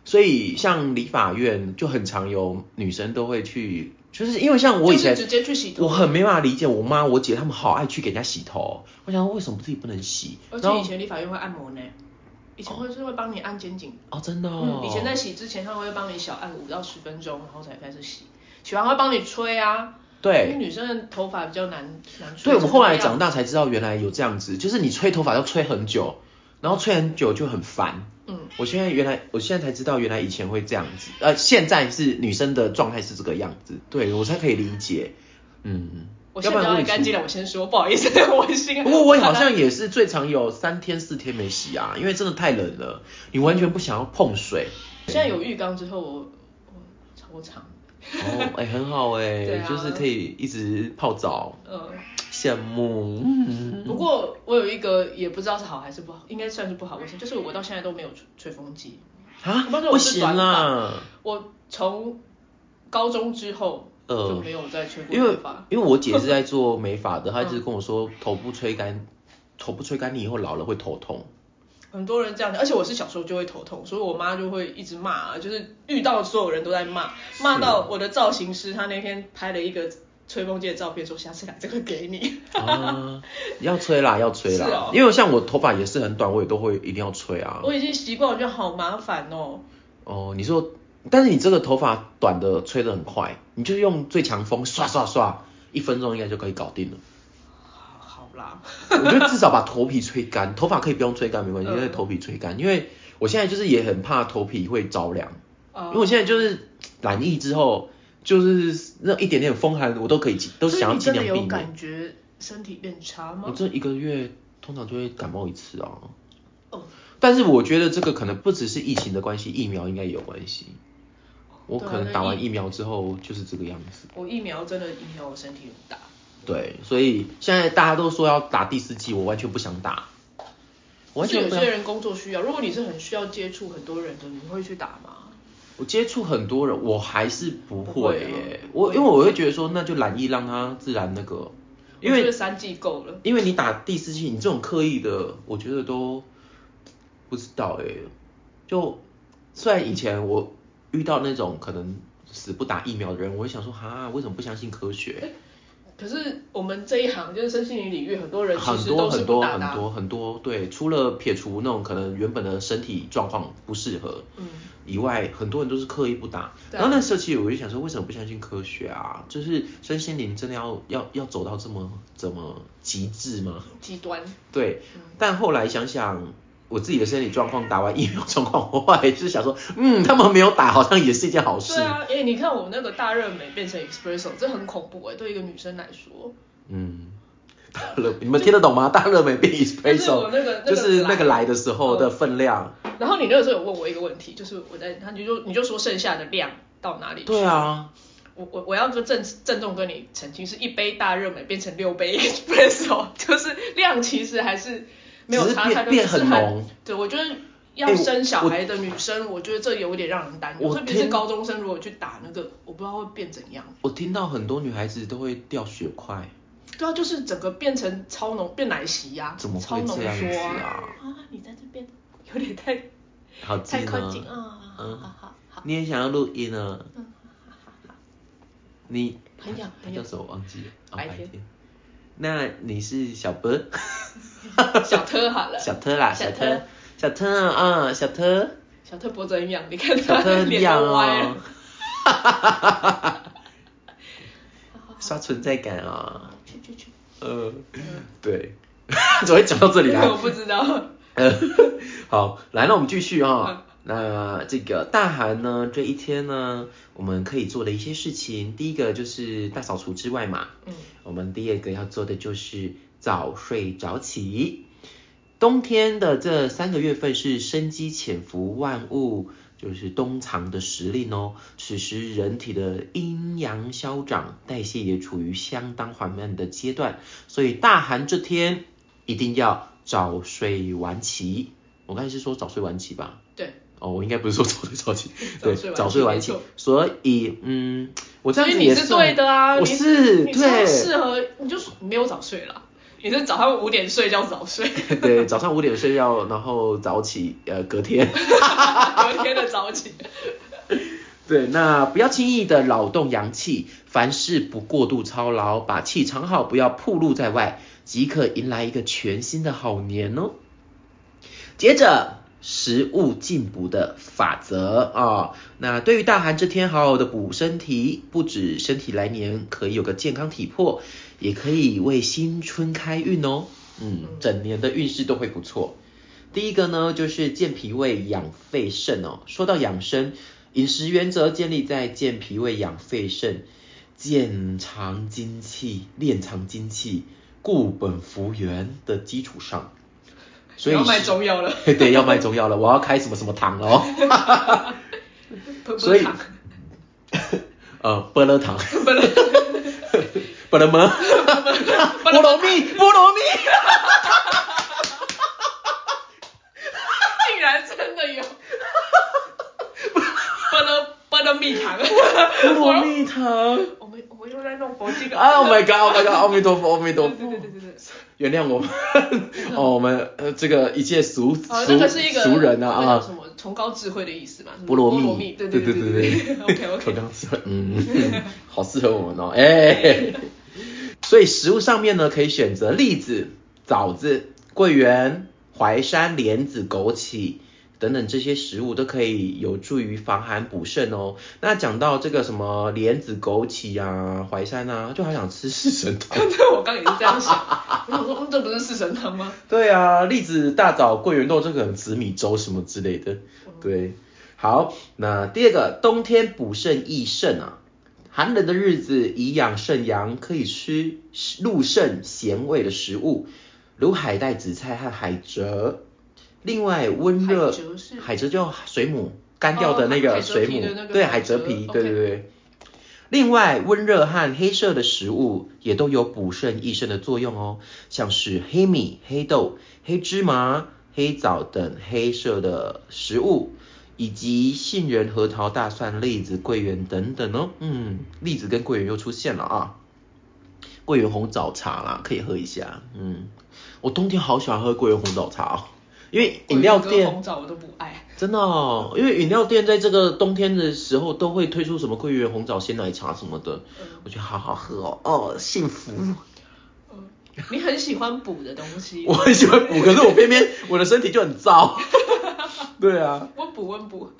Speaker 2: 所以像理发院就很常有女生都会去，就是因为像我以前
Speaker 1: 就是直接去洗头
Speaker 2: 我很没办法理解我妈我姐她们好爱去给人家洗头，我想说为什么自己不能洗？
Speaker 1: 而
Speaker 2: 然
Speaker 1: 且
Speaker 2: 后
Speaker 1: 以前理发院会按摩呢，以前会是会帮你按肩颈。
Speaker 2: 哦真的哦，
Speaker 1: 嗯，以前在洗之前，他会帮你小按五到十分钟，然后才开始洗。洗完会帮你吹啊，因为
Speaker 2: 对，
Speaker 1: 女生的头发比较难难吹。
Speaker 2: 对我后来长
Speaker 1: 大，
Speaker 2: 大才知道原来有这样子，就是你吹头发要吹很久，然后吹很久就很烦。
Speaker 1: 嗯，
Speaker 2: 我现在原来，我现在才知道原来以前会这样子，呃，现在是女生的状态是这个样子，对我才可以理解，嗯，
Speaker 1: 我
Speaker 2: 要
Speaker 1: 现
Speaker 2: 不
Speaker 1: 在
Speaker 2: 然
Speaker 1: 要
Speaker 2: 会
Speaker 1: 干净了，我先说，不好意思，我心。
Speaker 2: 不过我好像也是最常有三天四天没洗啊，因为真的太冷了，你完全不想要碰水。
Speaker 1: 现在有浴缸之后，我我超长，
Speaker 2: 哦，哎、很好哎、
Speaker 1: 对啊
Speaker 2: 就是可以一直泡澡，
Speaker 1: 嗯，
Speaker 2: 羡慕。嗯，
Speaker 1: 不过我有一个也不知道是好还是不好，应该算是不好卫生，就是我到现在都没有吹吹风机。
Speaker 2: 啊，
Speaker 1: 不是
Speaker 2: 不
Speaker 1: 我是
Speaker 2: 行
Speaker 1: 短
Speaker 2: 啦，
Speaker 1: 我从高中之后
Speaker 2: 呃
Speaker 1: 就没有再吹过
Speaker 2: 因为
Speaker 1: 头发。
Speaker 2: 因为我姐是在做美发的，她一直
Speaker 1: 嗯
Speaker 2: 跟我说头部吹干，头部吹干你以后老了会头 痛。
Speaker 1: 很多人这样的，而且我是小时候就会头痛，所以我妈就会一直骂啊，就是遇到所有人都在骂，骂到我的造型师他那天拍了一个吹风机的照片，说下次来这个给你。
Speaker 2: 啊，要吹啦，要吹啦，
Speaker 1: 是哦
Speaker 2: 因为像我头发也是很短，我也都会一定要吹啊。
Speaker 1: 我已经习惯，我觉得好麻烦哦。
Speaker 2: 哦，你说，但是你这个头发短的吹得很快，你就用最强风刷刷刷，一分钟应该就可以搞定了。
Speaker 1: 好啦，
Speaker 2: 我觉得至少把头皮吹干，头发可以不用吹干没关系，
Speaker 1: 嗯
Speaker 2: 因为头皮吹干，因为我现在就是也很怕头皮会着凉，
Speaker 1: 呃
Speaker 2: 因为我现在就是染疫之后，就是那一点点风寒我都可以尽，都
Speaker 1: 所以
Speaker 2: 想要
Speaker 1: 你
Speaker 2: 尽
Speaker 1: 真
Speaker 2: 量
Speaker 1: 的
Speaker 2: 避
Speaker 1: 有
Speaker 2: 免。
Speaker 1: 感觉身体变差
Speaker 2: 我
Speaker 1: 吗？
Speaker 2: 这一个月通常就会感冒一次啊。
Speaker 1: 哦，
Speaker 2: 但是我觉得这个可能不只是疫情的关系，疫苗应该也有关系。我
Speaker 1: 对啊
Speaker 2: 可能
Speaker 1: 那
Speaker 2: 打完
Speaker 1: 疫
Speaker 2: 疫苗之后就是这个样子。
Speaker 1: 我疫苗真的影响我身体很大。
Speaker 2: 对，所以现在大家都说要打第四剂，我完全不想打，我完
Speaker 1: 是
Speaker 2: 全
Speaker 1: 有
Speaker 2: 不
Speaker 1: 些
Speaker 2: 想。
Speaker 1: 人工作需要，如果你是很需要接触很多人的，你会去打吗？
Speaker 2: 我接触很多人，我还是不
Speaker 1: 不会
Speaker 2: 会
Speaker 1: 啊
Speaker 2: 耶。我因为我会觉得说，那就懒意让它自然那个，因
Speaker 1: 我觉
Speaker 2: 为
Speaker 1: 得三剂够了。
Speaker 2: 因为你打第四剂，你这种刻意的，我觉得都不知道哎、就虽然以前我遇到那种可能死不打疫苗的人，我会想说哈，为什么不相信科
Speaker 1: 哎
Speaker 2: 学？
Speaker 1: 可是我们这一行就是身心灵领域，很多人其
Speaker 2: 很
Speaker 1: 实
Speaker 2: 多
Speaker 1: 都
Speaker 2: 很
Speaker 1: 是
Speaker 2: 多
Speaker 1: 不打
Speaker 2: 很
Speaker 1: 的啊。
Speaker 2: 多很多，对，除了撇除那种可能原本的身体状况不适合
Speaker 1: 嗯，
Speaker 2: 以外，很多人都是刻意不打。
Speaker 1: 对啊
Speaker 2: 然后那时候其实我就想说，为什么不相信科学啊？就是身心灵真的要要要走到这么这么极致吗？
Speaker 1: 极端。
Speaker 2: 对
Speaker 1: 嗯，
Speaker 2: 但后来想想。我自己的身体状况，打完疫苗状况，我后来就是想说，嗯，他们没有打，好像也是一件好事。
Speaker 1: 对啊，哎、你看我那个大热美变成 espresso，这很恐怖哎、对一个女生来说。
Speaker 2: 嗯，大热，你们听得懂吗？大热美变
Speaker 1: 就是我
Speaker 2: espresso，
Speaker 1: 那个
Speaker 2: 哎就是那个来的
Speaker 1: 时
Speaker 2: 时候的分量。
Speaker 1: 候。然后你那个时候有问我一个问题，就是我在，他你就你就说剩下的量到哪里去？
Speaker 2: 对，啊，
Speaker 1: 我我我要跟郑郑重跟你澄清，是一杯大热美变成六杯 espresso，就是量其实还是没有
Speaker 2: 只是
Speaker 1: 差
Speaker 2: 变
Speaker 1: 太多，
Speaker 2: 变
Speaker 1: 只是
Speaker 2: 很
Speaker 1: 还
Speaker 2: 浓。
Speaker 1: 对，我觉得
Speaker 2: 哎
Speaker 1: 要
Speaker 2: 我
Speaker 1: 生小孩的女生，我觉得这有点让人担忧，
Speaker 2: 我
Speaker 1: 特别是
Speaker 2: 听
Speaker 1: 高中生如果去打那个，我不知道会变怎样。
Speaker 2: 我听到很多女孩子都会掉血块，
Speaker 1: 对啊，就是整个变成超浓，变奶昔呀、
Speaker 2: 怎么
Speaker 1: 超
Speaker 2: 会
Speaker 1: 浓
Speaker 2: 这样子
Speaker 1: 缩啊！
Speaker 2: 啊？
Speaker 1: 啊，你在这边有点太
Speaker 2: 好近
Speaker 1: 太靠近啊！
Speaker 2: 啊！
Speaker 1: 好
Speaker 2: 嗯
Speaker 1: 好好好，
Speaker 2: 你也想要录音啊？你
Speaker 1: 朋友
Speaker 2: 他
Speaker 1: 朋
Speaker 2: 叫
Speaker 1: 友，
Speaker 2: 什么？忘记了。哦
Speaker 1: 白天
Speaker 2: 那你是小波？
Speaker 1: 小特好了，
Speaker 2: 小特啦，
Speaker 1: 小
Speaker 2: 小
Speaker 1: 特
Speaker 2: 特，小特啊，嗯 小特，
Speaker 1: 小特脖子很痒，你看
Speaker 2: 小
Speaker 1: 他
Speaker 2: 特
Speaker 1: 脸
Speaker 2: 样
Speaker 1: 都歪
Speaker 2: 哦
Speaker 1: 了。，好好好
Speaker 2: 刷存在感啊，
Speaker 1: 去去去，
Speaker 2: 呃，
Speaker 1: 嗯
Speaker 2: 对， 怎么会讲到这里来？
Speaker 1: 我不知道。
Speaker 2: 呃， 好，来，那我们继续啊、那这个大寒呢，这一天呢，我们可以做的一些事情，第一个就是大扫除之外嘛，
Speaker 1: 嗯，
Speaker 2: 我们第二个要做的就是早睡早起。冬天的这三个月份是生机潜伏万物，就是冬藏的时令哦。此时人体的阴阳消长，代谢也处于相当缓慢的阶段，所以大寒这天一定要早睡晚起。我刚才是说早睡晚起吧？
Speaker 1: 对。
Speaker 2: 哦，我应该不是说早睡早起，对，
Speaker 1: 早
Speaker 2: 早
Speaker 1: 睡
Speaker 2: 睡
Speaker 1: 晚
Speaker 2: 晚
Speaker 1: 起
Speaker 2: 起
Speaker 1: 没错。
Speaker 2: 所以，嗯，我这
Speaker 1: 所
Speaker 2: 样
Speaker 1: 以
Speaker 2: 子
Speaker 1: 你
Speaker 2: 也
Speaker 1: 是对的啊，
Speaker 2: 我
Speaker 1: 你
Speaker 2: 是
Speaker 1: 你超
Speaker 2: 对，
Speaker 1: 适合，你就是没有早睡啦，你是早上五点睡觉早睡，
Speaker 2: 对，早上五点睡觉，然后早起，呃，隔天。
Speaker 1: 隔天的早起。
Speaker 2: 对，那不要轻易的扰动阳气，凡事不过度操劳，把气藏好，不要暴露在外，即可迎来一个全新的好年哦。接着食物进补的法则啊、那对于大寒这天，好好的补身体，不止身体来年可以有个健康体魄，也可以为新春开运哦。嗯，整年的运势都会不错。第一个呢，就是健脾胃、养肺肾哦。说到养生，饮食原则建立在健脾胃、养肺肾，健藏精气、炼藏精气、固本扶元的基础上。所以
Speaker 1: 不要卖
Speaker 2: 是
Speaker 1: 中药了
Speaker 2: 对，要卖中药了，我要开什么什么糖了 哦。
Speaker 1: 不
Speaker 2: 所以
Speaker 1: 不糖
Speaker 2: 呃，伯乐糖，伯乐，伯乐么？菠萝蜜，菠萝蜜。
Speaker 1: 竟然真的有，不能不能蜜糖，
Speaker 2: 菠萝蜜糖。
Speaker 1: 我们我们又在弄佛经了。
Speaker 2: Oh my god! Oh my god! 阿弥陀佛，阿弥陀佛。
Speaker 1: 对对对对对，
Speaker 2: 原谅我们 哦，我们呃这个一切俗俗、
Speaker 1: 哦，那个是一个
Speaker 2: 俗人啊
Speaker 1: 那叫
Speaker 2: 啊
Speaker 1: 什，么崇高智慧的意思嘛？什么
Speaker 2: 菠萝
Speaker 1: 菠
Speaker 2: 蜜，
Speaker 1: 萝蜜，对
Speaker 2: 对
Speaker 1: 对
Speaker 2: 对
Speaker 1: 对 OK
Speaker 2: 我
Speaker 1: OK，
Speaker 2: 刚刚说嗯，好适合我们哦，哎，所以食物上面呢可以选择栗子、枣子、桂圆、淮山莲子、枸杞。等等这些食物都可以有助于防寒补肾哦。那讲到这个什么莲子、枸杞啊、淮山啊，就好想吃四神汤。
Speaker 1: 对我刚也是这样想，我想说，嗯，这不是四神汤吗？
Speaker 2: 对啊，栗子、大枣、桂圆豆这个紫米粥什么之类的。
Speaker 1: 哦
Speaker 2: 对，好，那第二个，冬天补肾益肾啊。寒冷的日子，以养肾阳，可以吃入肾咸味的食物，如海带、紫菜和海蜇。另外，温热
Speaker 1: 海蜇是
Speaker 2: 海蜇就水母干掉的那
Speaker 1: 哦
Speaker 2: 个
Speaker 1: 海
Speaker 2: 水
Speaker 1: 海蜇皮
Speaker 2: 母，
Speaker 1: 的那个
Speaker 2: 对
Speaker 1: 海
Speaker 2: 海蜇
Speaker 1: 蜇
Speaker 2: 皮，
Speaker 1: ，OK
Speaker 2: 对对对。另外，温热和黑色的食物也都有补肾益肾的作用哦，像是黑米、黑豆、黑芝麻、黑枣等黑色的食物，以及杏仁、核桃、大蒜、栗子、桂圆等等哦。嗯，栗子跟桂圆又出现了啊。桂圆红枣茶啦，可以喝一下。嗯，我冬天好喜欢喝桂圆红枣茶哦，因为饮料
Speaker 1: 桂圆
Speaker 2: 店
Speaker 1: 跟红枣我都不爱，
Speaker 2: 真的哦，因为饮料店在这个冬天的时候都会推出什么桂圆红枣鲜奶茶什么的，我觉得好好喝哦，哦，幸福。
Speaker 1: 嗯，你很喜欢补的东西
Speaker 2: 我，很喜欢补，可是我偏偏我的身体就很糟。 对啊，
Speaker 1: 温补温补，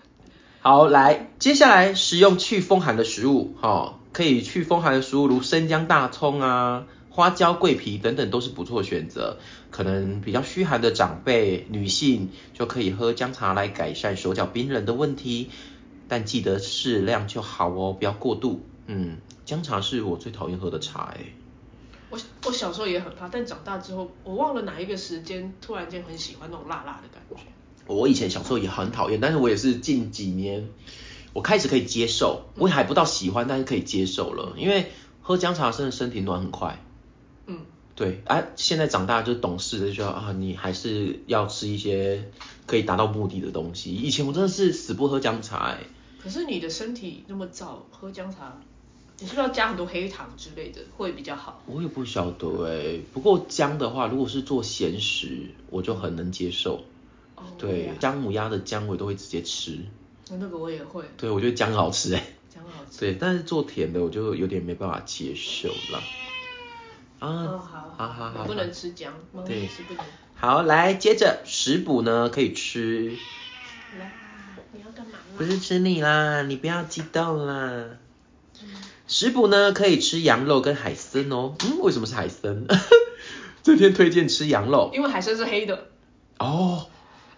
Speaker 2: 好，来，接下来食用去风寒的食物，哈、可以去风寒的食物，如生姜、大葱啊、花椒、桂皮等等，都是不错的选择。可能比较虚寒的长辈、女性就可以喝姜茶来改善手脚冰冷的问题，但记得适量就好哦，不要过度。嗯，姜茶是我最讨厌喝的茶、欸，
Speaker 1: 我我小时候也很怕，但长大之后，我忘了哪一个时间突然间很喜欢那种辣辣的感觉。
Speaker 2: 我以前小时候也很讨厌，但是我也是近几年我开始可以接受，我还不到喜欢，但是可以接受了，因为喝姜茶真的身体暖很快。
Speaker 1: 嗯，
Speaker 2: 对啊，现在长大就懂事了，就说啊，你还是要吃一些可以达到目的的东西。以前我真的是死不喝姜茶、欸，
Speaker 1: 可是你的身体那么燥，喝姜茶，你是不是要加很多黑糖之类的会比较好？
Speaker 2: 我也不晓得哎、不过姜的话，如果是做咸食，我就很能接受。
Speaker 1: 哦
Speaker 2: 对，姜母鸭的姜我都会直接吃，
Speaker 1: 那个我也会，
Speaker 2: 对我觉得姜好吃哎、
Speaker 1: 姜好吃。
Speaker 2: 对，但是做甜的我就有点没办法接受啦。啊，
Speaker 1: 哦，好，
Speaker 2: 好好好，
Speaker 1: 我不能吃姜，妈妈
Speaker 2: 对
Speaker 1: 也是不能。
Speaker 2: 好，来接着食补呢，可以吃，
Speaker 1: 来，你要干嘛
Speaker 2: 不
Speaker 1: 啦？
Speaker 2: 是吃你啦，你不要激动啦。
Speaker 1: 嗯
Speaker 2: 食补呢，可以吃羊肉跟海参哦。嗯，为什么是海参？ 这篇推荐吃羊肉
Speaker 1: 因为海参是黑的。
Speaker 2: 哦，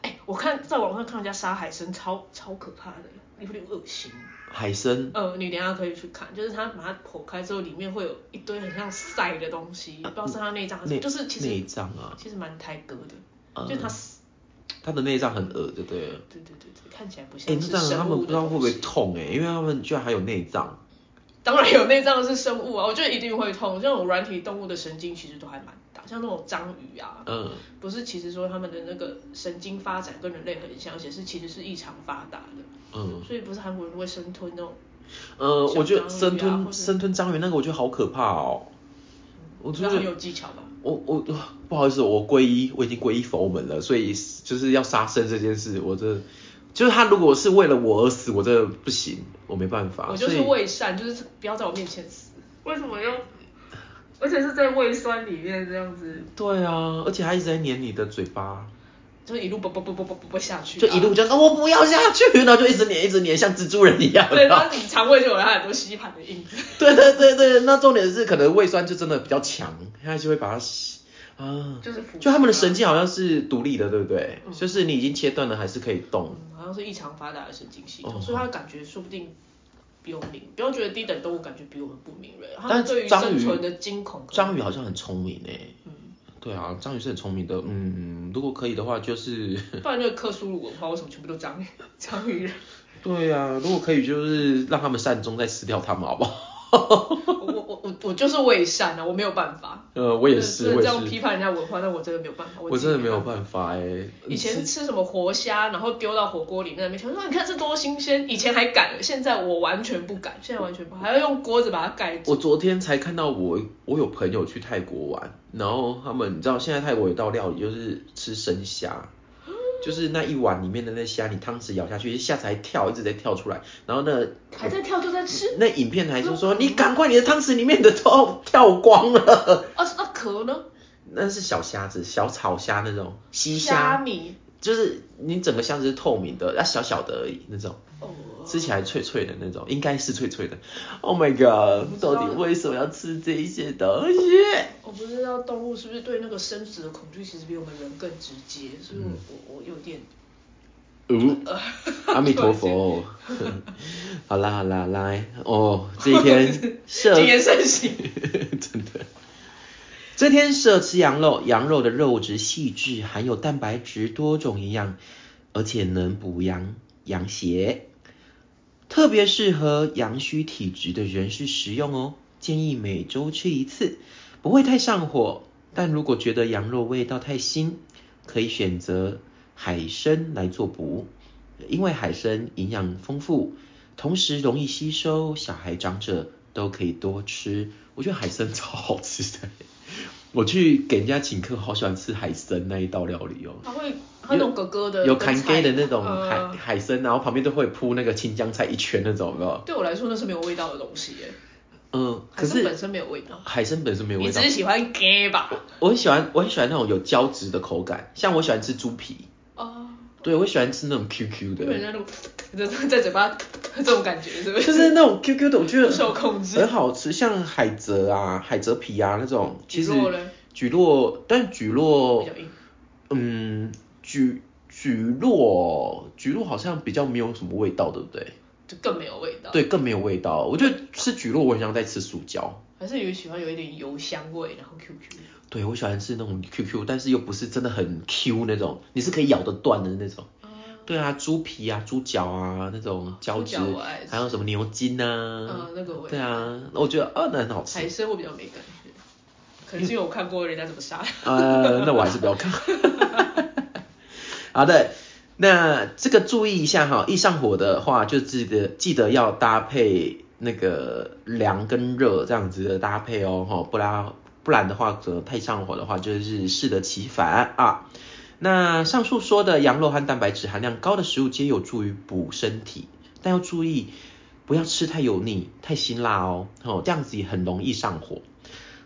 Speaker 1: 哎，我看在网上看人家杀海参，超超可怕的，有点恶心。
Speaker 2: 海参
Speaker 1: 呃，你等一下可以去看，就是它把它剖开之后，里面会有一堆很像塞的东西，不知道是它内脏还是什
Speaker 2: 啊内
Speaker 1: 么，就是其
Speaker 2: 内
Speaker 1: 实
Speaker 2: 脏啊，
Speaker 1: 其实蛮胎割的，
Speaker 2: 嗯
Speaker 1: 就是它死，
Speaker 2: 它的内脏很恶，对不对了？
Speaker 1: 对对对对，看起来不
Speaker 2: 哎、
Speaker 1: 像
Speaker 2: 那
Speaker 1: 是
Speaker 2: 这样他
Speaker 1: 生
Speaker 2: 们
Speaker 1: 物
Speaker 2: 不
Speaker 1: 的
Speaker 2: 知道会不
Speaker 1: 东
Speaker 2: 会
Speaker 1: 西。
Speaker 2: 痛哎、因为他们居然还有内脏。
Speaker 1: 当然有内脏的是生物啊，我觉得一定会痛。像我软体动物的神经其实都还蛮大，像那种章鱼啊，
Speaker 2: 嗯，
Speaker 1: 不是其实说它们的那个神经发展跟人类很像，而且是其实是异常发达的，
Speaker 2: 嗯，
Speaker 1: 所以不是韩国人会生吞那种。
Speaker 2: 呃，
Speaker 1: 小
Speaker 2: 我觉得
Speaker 1: 章鱼啊
Speaker 2: 生吞
Speaker 1: 或是
Speaker 2: 生吞章鱼那个，我觉得好可怕哦。我
Speaker 1: 你知
Speaker 2: 觉
Speaker 1: 道很
Speaker 2: 得
Speaker 1: 有技巧吧？
Speaker 2: 我我呃不好意思，我皈依，我已经皈依佛门了，所以就是要杀生这件事，我真的就是他如果是为了我而死，我真的不行，我没办法。
Speaker 1: 我就是
Speaker 2: 所以
Speaker 1: 胃善，就是不要在我面前死。为什么要？而且是在胃酸里面这样子。
Speaker 2: 对啊，而且他一直在粘你的嘴巴，
Speaker 1: 就是一路啵啵啵啵啵啵啵下去、啊，
Speaker 2: 就一路这样，啊我不要下去，然后就一直粘一直粘，像蜘蛛人一样。
Speaker 1: 对，
Speaker 2: 然
Speaker 1: 然
Speaker 2: 后
Speaker 1: 后你肠胃就有它很多吸盘的印子。
Speaker 2: 对对对对，那重点是可能胃酸就真的比较强，它就会把它吸啊，
Speaker 1: 就是腐蚀
Speaker 2: 就他们的
Speaker 1: 啊
Speaker 2: 神经好像是独立的，对不对？
Speaker 1: 嗯
Speaker 2: 就是你已经切断了，还是可以动。
Speaker 1: 嗯，好像是异常发达的神经系统，
Speaker 2: 哦
Speaker 1: 所以它的感觉说不定比我们敏，不要觉得低等动物感觉比我们不敏锐，它
Speaker 2: 但
Speaker 1: 们对于
Speaker 2: 章
Speaker 1: 生
Speaker 2: 鱼
Speaker 1: 存的惊恐。
Speaker 2: 章鱼好像很聪明诶，
Speaker 1: 嗯，
Speaker 2: 对啊，章鱼是很聪明的，嗯，如果可以的话，就是
Speaker 1: 不然那个克苏鲁文化为什么全部都章鱼 章鱼人？
Speaker 2: 对啊，如果可以就是让他们善终再吃掉他们，好不好？
Speaker 1: 我我我我我就是伪善啊，我没有办法。
Speaker 2: 呃，我也
Speaker 1: 真
Speaker 2: 是，
Speaker 1: 的
Speaker 2: 我
Speaker 1: 这
Speaker 2: 也
Speaker 1: 样批
Speaker 2: 是，
Speaker 1: 判人家文化，但我真的没有办法。
Speaker 2: 我
Speaker 1: 我自
Speaker 2: 真
Speaker 1: 己
Speaker 2: 的没有
Speaker 1: 办法。
Speaker 2: 办法哎诶。
Speaker 1: 以前吃什么活虾，然后丢到火锅里面，没想说你看这多新鲜。以前还敢，现在我完全不敢，现在完全不敢，还要用锅子把它盖住。
Speaker 2: 我昨天才看到我，我有朋友去泰国玩，然后他们你知道现在泰国有一道料理就是吃生虾，就是那一碗里面的那虾，你汤匙咬下去，虾子还跳，一直在跳出来，然后那
Speaker 1: 还在跳就在吃，
Speaker 2: 那影片还是说你赶快你的汤匙里面的都跳光了，
Speaker 1: 啊，那壳呢？
Speaker 2: 那是小虾子，小草虾那种西
Speaker 1: 虾
Speaker 2: 虾，
Speaker 1: 米。
Speaker 2: 就是你整个虾子是透明的，啊小小的而已那种。
Speaker 1: 哦。
Speaker 2: 吃起来脆脆的那种，应该是脆脆的。Oh my god！
Speaker 1: 道
Speaker 2: 到底为什么要吃这一些东西？
Speaker 1: 我不知道动物是不是对那个生死的恐惧，其实比我们人更直接，所以我、我我有点
Speaker 2: 嗯， 阿弥陀佛。好啦好啦，来哦， 这一 天社
Speaker 1: 谨言慎行。
Speaker 2: 真的，这天社吃羊肉，羊肉的肉质细致，含有蛋白质、多种营养，而且能补阳养血，特别适合阳虚体质的人士食用哦。建议每周吃一次，不会太上火。但如果觉得羊肉味道太腥，可以选择海参来做补，因为海参营养丰富，同时容易吸收，小孩长者都可以多吃。我觉得海参超好吃的，我去给人家请客，好喜欢吃海参那一道料理哦。
Speaker 1: 它会它那种哥哥的
Speaker 2: 有
Speaker 1: 的
Speaker 2: 砍
Speaker 1: 菜
Speaker 2: gay 的那种海、
Speaker 1: 呃
Speaker 2: 海参，然后旁边都会铺那个青江菜一圈那种，有没有？
Speaker 1: 对我来说那是没有味道的东西耶，
Speaker 2: 嗯，
Speaker 1: 还
Speaker 2: 可
Speaker 1: 是
Speaker 2: 是
Speaker 1: 本身没有味道。
Speaker 2: 海参本身没有
Speaker 1: 你
Speaker 2: 味
Speaker 1: 只
Speaker 2: 道
Speaker 1: 是。喜欢 gay 吧？
Speaker 2: 我很喜欢，我很喜欢那种有胶质的口感，像我喜欢吃猪皮，
Speaker 1: 哦，
Speaker 2: 对我喜欢吃那种 QQ
Speaker 1: 因为人
Speaker 2: 的，
Speaker 1: 家那种 在嘴巴这种感觉是不？
Speaker 2: 就是是那种 QQ 的，我觉
Speaker 1: 不
Speaker 2: 得
Speaker 1: 受控制
Speaker 2: 很。好吃，像海蜇啊、海蜇皮啊那种，其实哦
Speaker 1: 举落嘞
Speaker 2: 举落，但举落
Speaker 1: 比，较硬，
Speaker 2: 嗯，举举落，举落好像比较没有什么味道，对不对？
Speaker 1: 就更没有味道。，
Speaker 2: 对，更没有味道。我觉得吃菊络，我很像在吃塑胶。
Speaker 1: 还是有喜欢有一点油香味，然后 QQ。
Speaker 2: 对，我喜欢吃那种 QQ，但是又不是真的很 Q 那种，你是可以咬得断的那种。对啊，猪皮啊、猪脚啊那种胶质
Speaker 1: 嗯猪脚我爱，吃
Speaker 2: 还有什么牛筋啊
Speaker 1: 嗯，，那个味。
Speaker 2: 对。啊，我觉得啊那很好吃
Speaker 1: 海。参我比较没感觉，可能是因为我看过人家怎么杀。
Speaker 2: 呃，那我还是不要看。好的，那这个注意一下哈，易上火的话就记得记得要搭配那个凉跟热这样子的搭配哦，哈，不然不然的话，可能太上火的话就是适得其反啊。那上述说的羊肉和蛋白质含量高的食物皆有助于补身体，但要注意不要吃太油腻、太辛辣哦，哦，这样子也很容易上火。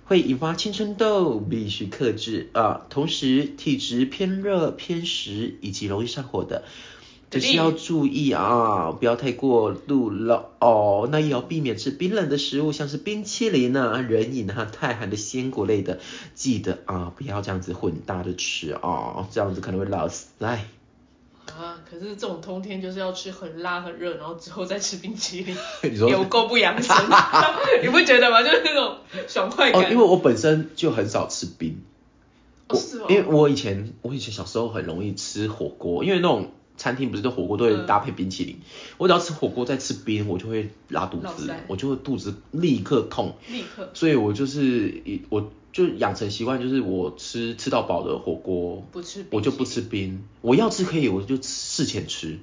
Speaker 2: 会引发青春痘，必须克制啊。同时，体质偏热、偏食以及容易上火的，
Speaker 1: 对
Speaker 2: 就是要注意啊，不要太过度了哦。那也要避免吃冰冷的食物，像是冰淇淋啊、人饮啊、太寒的鲜果类的，记得啊，不要这样子混搭的吃哦，这样子可能会老死。哎来，
Speaker 1: 啊，可是这种通天就是要吃很辣很热，然后之后再吃冰淇淋，
Speaker 2: 你说
Speaker 1: 有够不养 生，你不觉得吗？就是那种爽快
Speaker 2: 哦
Speaker 1: 感。，
Speaker 2: 因为我本身就很少吃冰，
Speaker 1: 哦是哦
Speaker 2: 我因为我以前我以前小时候很容易吃火锅，因为那种餐厅不是都火锅都会
Speaker 1: 嗯
Speaker 2: 搭配冰淇淋，我只要吃火锅再吃冰，我就会拉肚
Speaker 1: 落
Speaker 2: 子
Speaker 1: 腮，
Speaker 2: 我就会肚子立刻痛，
Speaker 1: 立刻
Speaker 2: 所以我就是一我就养成习惯，就是我吃吃到饱的火锅，
Speaker 1: 不吃冰淇淋
Speaker 2: 我就不吃冰，我要吃可以，我就事前吃，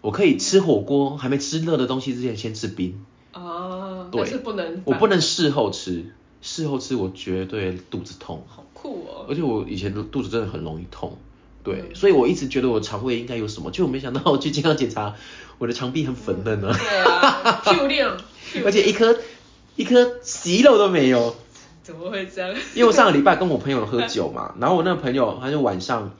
Speaker 2: 我可以吃火锅还没吃热的东西之前先吃冰。
Speaker 1: 啊，
Speaker 2: 对
Speaker 1: 但是不能，
Speaker 2: 我不，能事后吃，事后吃我绝对肚子痛，
Speaker 1: 好酷哦。
Speaker 2: 而且我以前的肚子真的很容易痛，对，
Speaker 1: 嗯
Speaker 2: 所以我一直觉得我肠胃应该有什么，结果没想到我去健康检查，我的肠壁很粉嫩啊，
Speaker 1: 对 啊，漂亮，
Speaker 2: 而且一颗一颗息肉都没有，
Speaker 1: 怎么会这样？
Speaker 2: 因为我上个礼拜跟我朋友喝酒嘛，然后我那个朋友他就晚上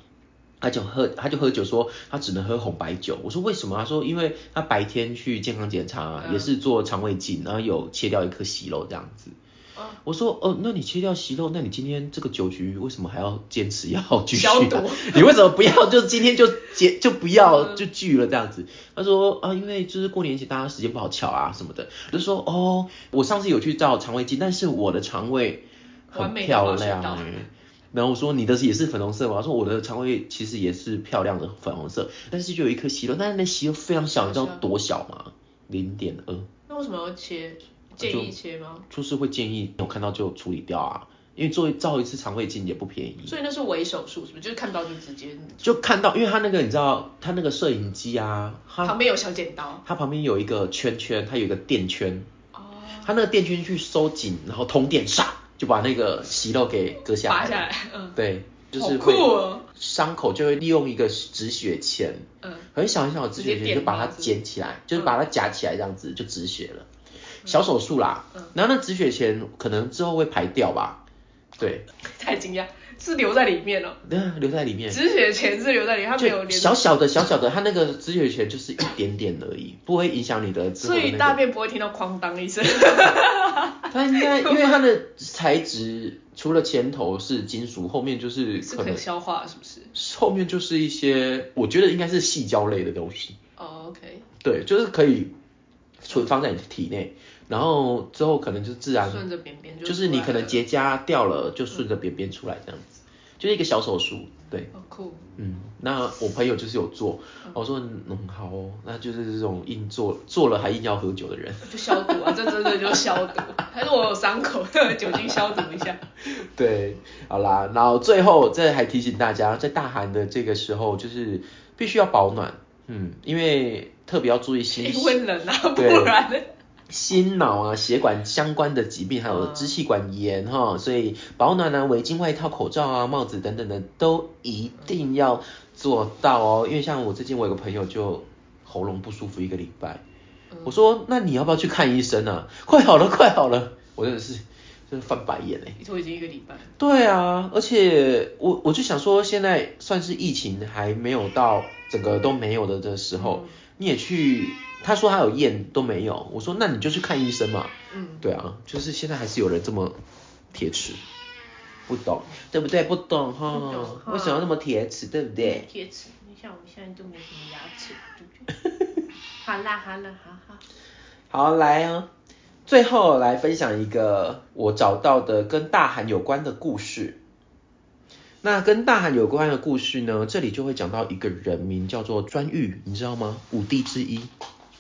Speaker 2: 他就喝，他就喝酒说他只能喝红白酒。我说为什么？他说因为他白天去健康检查、
Speaker 3: 嗯
Speaker 2: 也是做肠胃镜，然后有切掉一颗息肉这样子。
Speaker 3: 啊
Speaker 2: 我说哦，那你切掉息肉，那你今天这个酒局为什么还要坚持要继续、啊？
Speaker 3: 消毒 嗯
Speaker 2: 你为什么不要就今天就结就不要就聚了这样子？他说啊，因为就是过年前大家时间不好巧啊什么的。我就说哦，我上次有去照肠胃镜，但是我的肠胃很
Speaker 3: 完美地
Speaker 2: 漂
Speaker 3: 滑雪
Speaker 2: 亮、
Speaker 3: 道
Speaker 2: 欸。然后我说你的也是粉红色吗？我说我的肠胃其实也是漂亮的粉红色，但是就有一颗息肉，但是那息肉非常小，你知道多小吗？零点二。
Speaker 3: 那为什么要切？建议切吗？
Speaker 2: 啊就是会建议有看到就处理掉啊，因为做照一次肠胃镜也不便宜。
Speaker 3: 所以那是微手术，是不是？就是看到就直接，
Speaker 2: 就看到，因为他那个你知道，他那个摄影机啊，他
Speaker 3: 旁边有小剪刀。
Speaker 2: 他旁边有一个圈圈，它有一个电圈，
Speaker 3: 哦，
Speaker 2: 他那个电圈去收紧，然后通电唰就把那个息肉给割下来。
Speaker 3: 拔下来，嗯，
Speaker 2: 对，就
Speaker 3: 好
Speaker 2: 是
Speaker 3: 酷
Speaker 2: 会
Speaker 3: 哦，
Speaker 2: 伤口就会利用一个止血钳，
Speaker 3: 嗯，
Speaker 2: 很小很小的止血
Speaker 3: 直接
Speaker 2: 钳
Speaker 3: 电
Speaker 2: 就把它
Speaker 3: 它是
Speaker 2: 捡起来，就是把它夹起来这样子就止血了，小手术啦
Speaker 3: 嗯。
Speaker 2: 然后那止血钳可能之后会排掉吧，对，
Speaker 3: 太惊讶，是留在里面了，
Speaker 2: 那留在里面。
Speaker 3: 止血钳是留在里面，它没有
Speaker 2: 就
Speaker 3: 连，
Speaker 2: 小小的小小的，它那个止血钳就是一点点而已，不会影响你的之后
Speaker 3: 所
Speaker 2: 的
Speaker 3: 以
Speaker 2: 那
Speaker 3: 大
Speaker 2: 个。
Speaker 3: 便不会听到哐当一声，
Speaker 2: 它应 该因为它的材质，除了前头是金属，后面就是
Speaker 3: 是
Speaker 2: 可
Speaker 3: 可以
Speaker 2: 能
Speaker 3: 消化的，是不是？
Speaker 2: 后面就是一些，我觉得应该是细胶类的东西，
Speaker 3: 哦，OK，
Speaker 2: 对，就是可以存放在你的体内，然后之后可能就自然
Speaker 3: 顺着边边
Speaker 2: 就是你可能
Speaker 3: 结，
Speaker 2: 结痂掉了，
Speaker 3: 嗯
Speaker 2: 就顺着边边出来这样子，就是一个小手术，对。
Speaker 3: 好酷，
Speaker 2: 嗯，那我朋友就是有做，我说嗯好哦，那就是这种硬做做了还硬要喝酒的 人，
Speaker 3: 就消毒啊，这真的就消毒，还是我有伤口， 酒精消毒一下，
Speaker 2: 对，好啦，然后最后这还提醒大家，在大寒的这个时候，就是必须要保暖，嗯，因为特别要注意 心
Speaker 3: 因为冷啊，不
Speaker 2: 对
Speaker 3: 然呢？
Speaker 2: 心脑啊、血管相关的疾病，还有
Speaker 3: 嗯
Speaker 2: 支气管炎哈，所以保暖啊、围巾、外套、口罩啊、帽子等等的都一定要做到哦。因为像我最近我有个朋友就喉咙不舒服一个礼拜，
Speaker 3: 嗯
Speaker 2: 我说那你要不要去看医生啊？ 快好了，快好了，我真的是真的翻白眼哎、
Speaker 3: 我嗯已经一个礼拜，
Speaker 2: 对啊，而且我我就想说，现在算是疫情还没有到整个都没有的的时
Speaker 3: 嗯
Speaker 2: 候，你也去，他说他有验都没有，我说那你就去看医生嘛。
Speaker 3: 嗯，
Speaker 2: 对啊，就是现在还是有人这么铁齿，不懂对不对？不懂哈
Speaker 3: 不懂，哈
Speaker 2: 为什么要那么铁齿，对不对？
Speaker 3: 贴齿，你像我现在都没什么牙齿，对不对？好啦好啦好好，
Speaker 2: 好，来啊，最后来分享一个我找到的跟大韩有关的故事。那跟大韩有关的故事呢，这里就会讲到一个人名叫做专玉，你知道吗？五帝之一，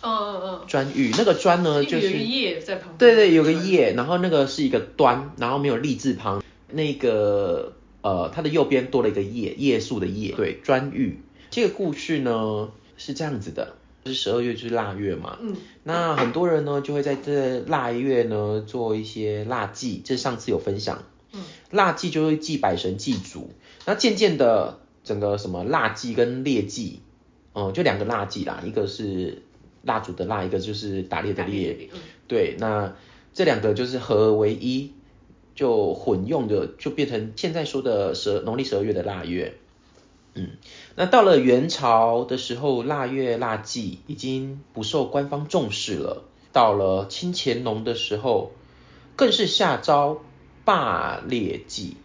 Speaker 3: 嗯嗯
Speaker 2: 专玉。那个专
Speaker 3: 嗯，
Speaker 2: 呢，呃就
Speaker 3: 有一个
Speaker 2: 是
Speaker 3: 叶在旁边，
Speaker 2: 对对，有个，叶，然后那个是一个端，然后没有立字旁，那个呃，它的右边多了一个叶，叶树的叶。对，专玉。这个故事呢是这样子的，就是十二月就是腊月嘛，
Speaker 3: 嗯，
Speaker 2: 那很多人呢就会在这腊月呢做一些腊祭，这上次有分享。
Speaker 3: 嗯，
Speaker 2: 腊祭就会祭百神祭祖，那渐渐的整个什么腊祭跟猎祭，嗯，就两个腊祭啦，一个是蜡烛的蜡，一个就是打猎的猎。
Speaker 3: 嗯，
Speaker 2: 对，那这两个就是合而为一，就混用的，就变成现在说的十农历十二月的腊月。嗯，那到了元朝的时候，腊月腊祭已经不受官方重视了。到了清乾隆的时候，更是下诏罢列祭，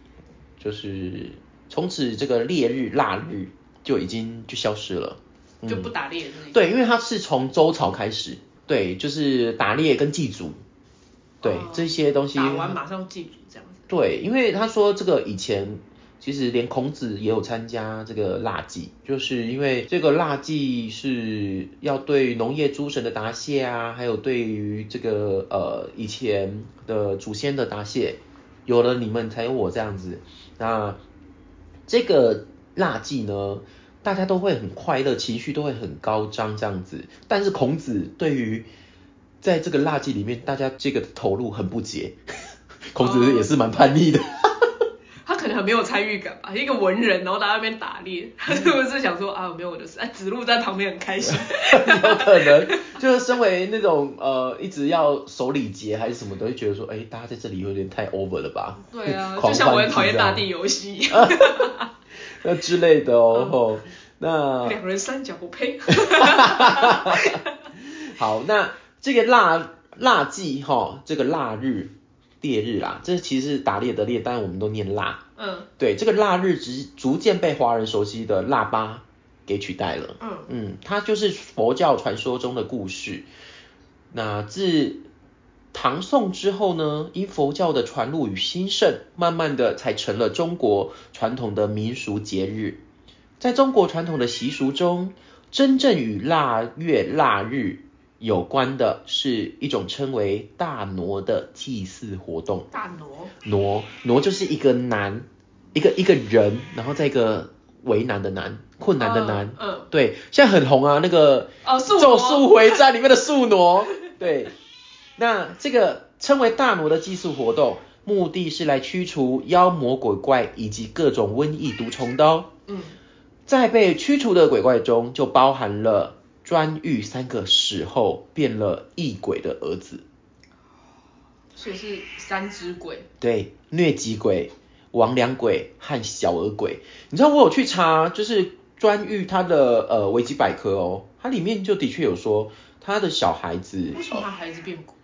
Speaker 2: 就是从此这个烈日腊日就已经就消失了，嗯
Speaker 3: 就不打猎自己，
Speaker 2: 对，因为它是从周朝开始，对，就是打猎跟祭祖，对、
Speaker 3: 哦
Speaker 2: 这些东西
Speaker 3: 打，完马上记住这样子，
Speaker 2: 对，因为他说这个以前其实连孔子也有参加这个腊祭，就是因为这个腊祭是要对农业诸神的答谢啊，还有对于这个呃以前的祖先的答谢，有了你们才有我这样子，那这个腊祭呢，大家都会很快乐，情绪都会很高涨这样子。但是孔子对于在这个腊祭里面，大家这个投入很不解，孔子也是蛮叛逆的。
Speaker 3: 他可能很没有参与感吧，一个文人，然后在那边打猎，
Speaker 2: 嗯
Speaker 3: 他 是不是想说啊，没有我的事？哎、子路在旁边很开心，
Speaker 2: 有可能就是身为那种呃一直要守礼节还是什么的，会觉得说，哎、大家在这里有点太 over 了吧？
Speaker 3: 对啊，就
Speaker 2: 狂
Speaker 3: 像我
Speaker 2: 欢
Speaker 3: 很讨厌
Speaker 2: 这样啊
Speaker 3: 大地游戏一样，
Speaker 2: 对那之类的哦。吼 那
Speaker 3: 两人三角，我呸！
Speaker 2: 好，那这个腊腊祭哈，这个腊日烈日啦，这其实是打猎的猎，但是我们都念腊。
Speaker 3: 嗯
Speaker 2: 对，这个腊日逐逐渐被华人熟悉的腊八给取代了。
Speaker 3: 嗯
Speaker 2: 嗯，它就是佛教传说中的故事。那自唐宋之后呢，因佛教的传入与兴盛，慢慢的才成了中国传统的民俗节日。在中国传统的习俗中，真正与腊月腊日有关的是一种称为大挪的祭祀活动。
Speaker 3: 大挪，
Speaker 2: 挪挪就是一个男，一个一个人，然后再一个为难的难，困难的难。
Speaker 3: 嗯嗯
Speaker 2: 对，现在很红啊，那个
Speaker 3: 哦
Speaker 2: 《
Speaker 3: 素
Speaker 2: 咒
Speaker 3: 挪
Speaker 2: 术回战》里面的宿挪。对，那这个称为大挪的祭祀活动，目的是来驱除妖魔鬼怪以及各种瘟疫毒虫的哦。
Speaker 3: 嗯
Speaker 2: 在被驱除的鬼怪中，就包含了专玉三个死后变了异鬼的儿子。
Speaker 3: 所以是三只鬼，
Speaker 2: 对，疟疾鬼、亡两鬼和小儿鬼。你知道我有去查，就是专玉它的呃维基百科哦，它里面就的确有说他的小孩子
Speaker 3: 为，什么他孩子变鬼？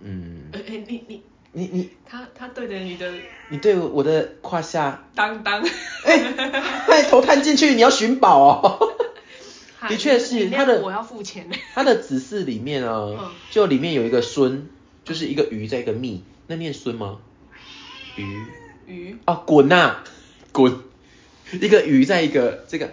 Speaker 2: 嗯，
Speaker 3: 哎、哎，你你
Speaker 2: 你你
Speaker 3: 他他对着你的
Speaker 2: 你对我的胯下，
Speaker 3: 当当，
Speaker 2: 哎，头探进去，你要寻宝哦。的确是
Speaker 3: 你那
Speaker 2: 他的
Speaker 3: 我要付钱。
Speaker 2: 它的子嗣里面啊
Speaker 3: 嗯，
Speaker 2: 就里面有一个孙，就是一个鱼在一个蜜，那念孙吗？鱼
Speaker 3: 鱼
Speaker 2: 啊，滚呐、滚，一个鱼在一个这个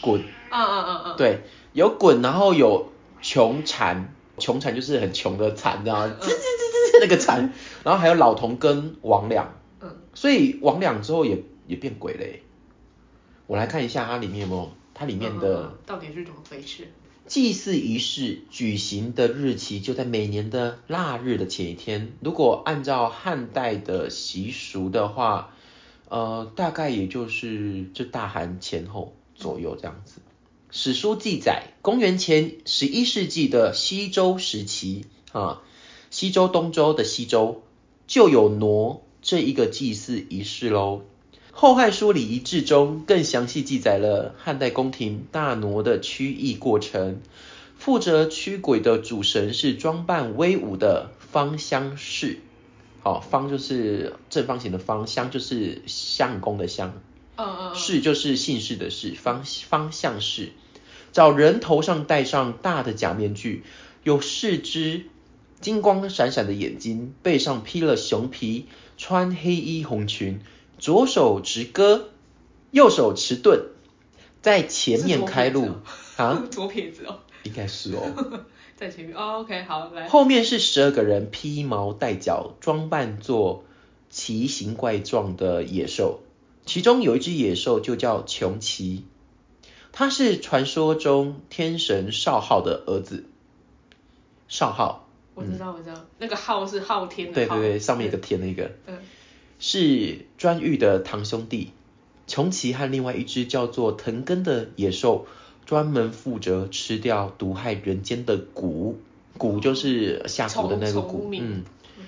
Speaker 2: 滚。
Speaker 3: 啊啊啊啊！
Speaker 2: 对，有滚，然后有穷蝉，穷蝉就是很穷的蝉，你知道
Speaker 3: 嗯
Speaker 2: 吗？吱吱吱吱吱那个蝉，然后还有老童跟王两，
Speaker 3: 嗯，
Speaker 2: 所以王两之后也也变鬼嘞、我来看一下它里面有没有，它里
Speaker 3: 嗯
Speaker 2: 面
Speaker 3: 嗯
Speaker 2: 的
Speaker 3: 嗯到底是怎么回事？
Speaker 2: 祭祀仪式举行的日期就在每年的腊日的前一天。如果按照汉代的习俗的话，呃，大概也就是这大寒前后左右这样子。史书记载，公元前十一世纪的西周时期啊，西周东周的西周就有挪这一个祭祀仪式喽。《后汉书·礼仪志》中更详细记载了汉代宫廷大挪的驱役过程。负责驱鬼的主神是装扮威武的方乡士，好、方就是正方形的方，乡就是相公的相，
Speaker 3: 嗯嗯嗯，
Speaker 2: 氏就是姓氏的氏，方方向氏，找人头上戴上大的假面具，有四只金光闪闪的眼睛，背上披了熊皮，穿黑衣红裙，左手执戈，右手持盾，在前面开路啊，
Speaker 3: 左撇子哦，
Speaker 2: 应该是哦。
Speaker 3: 在前面。哦，OK，好，来。
Speaker 2: 后面是十二个人披毛戴角，装扮作奇形怪状的野兽，其中有一只野兽就叫穷奇，它是传说中天神少昊的儿子。少昊，
Speaker 3: 我知道，我知道，那个昊是昊天的
Speaker 2: 嗯对
Speaker 3: 昊。
Speaker 2: 对对，上面一个天那个，
Speaker 3: 嗯。
Speaker 2: 是专玉的堂兄弟，穷奇和另外一只叫做藤根的野兽，专门负责吃掉毒害人间的蛊，蛊就是下蛊的那个
Speaker 3: 虫虫
Speaker 2: 蛊。
Speaker 3: 鸣
Speaker 2: 嗯，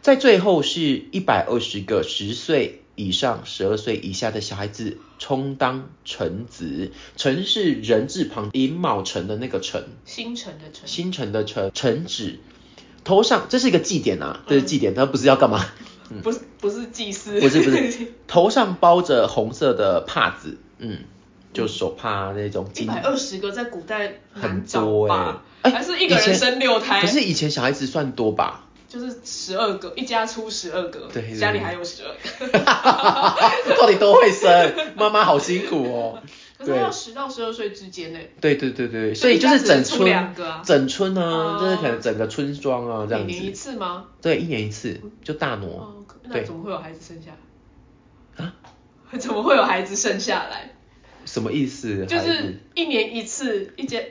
Speaker 2: 在最后是一百二十个十岁以上、十二岁以下的小孩子充当臣子，臣是人字旁寅卯辰的那个辰，
Speaker 3: 星辰的辰。
Speaker 2: 星辰的辰，臣子。头上这是一个祭典啊，这是祭典，它不是要干嘛？
Speaker 3: 不是不是祭司。
Speaker 2: 嗯不是不 是，头上包着红色的帕子，嗯，就手帕那种
Speaker 3: 一
Speaker 2: 金，
Speaker 3: 百二十个在古代
Speaker 2: 很
Speaker 3: 难找
Speaker 2: 多哎
Speaker 3: 吧？、
Speaker 2: 哎，
Speaker 3: 还是一个
Speaker 2: 以前
Speaker 3: 人生六胎
Speaker 2: 可？是以前小孩子算多吧？
Speaker 3: 就是十二个，一家出十二个，
Speaker 2: 对对对
Speaker 3: 家里还有十二个，哦
Speaker 2: 到底都会生，妈妈好辛苦哦。
Speaker 3: 可是
Speaker 2: 对
Speaker 3: 要十到十二岁之间呢。
Speaker 2: 对对对对，
Speaker 3: 就
Speaker 2: 所以
Speaker 3: 一
Speaker 2: 就
Speaker 3: 家
Speaker 2: 是
Speaker 3: 只
Speaker 2: 整
Speaker 3: 能出
Speaker 2: 村
Speaker 3: 两个啊
Speaker 2: 整村啊
Speaker 3: 哦，
Speaker 2: 就是可能整个村庄啊这
Speaker 3: 每
Speaker 2: 样
Speaker 3: 年一
Speaker 2: 子，
Speaker 3: 次吗？
Speaker 2: 对，一年一次就大挪，
Speaker 3: 哦，那
Speaker 2: 对
Speaker 3: 怎么会有孩子生下来？
Speaker 2: 啊，
Speaker 3: 怎么会有孩子生下来？
Speaker 2: 什么意思？
Speaker 3: 就
Speaker 2: 孩子
Speaker 3: 是一年一次，一间，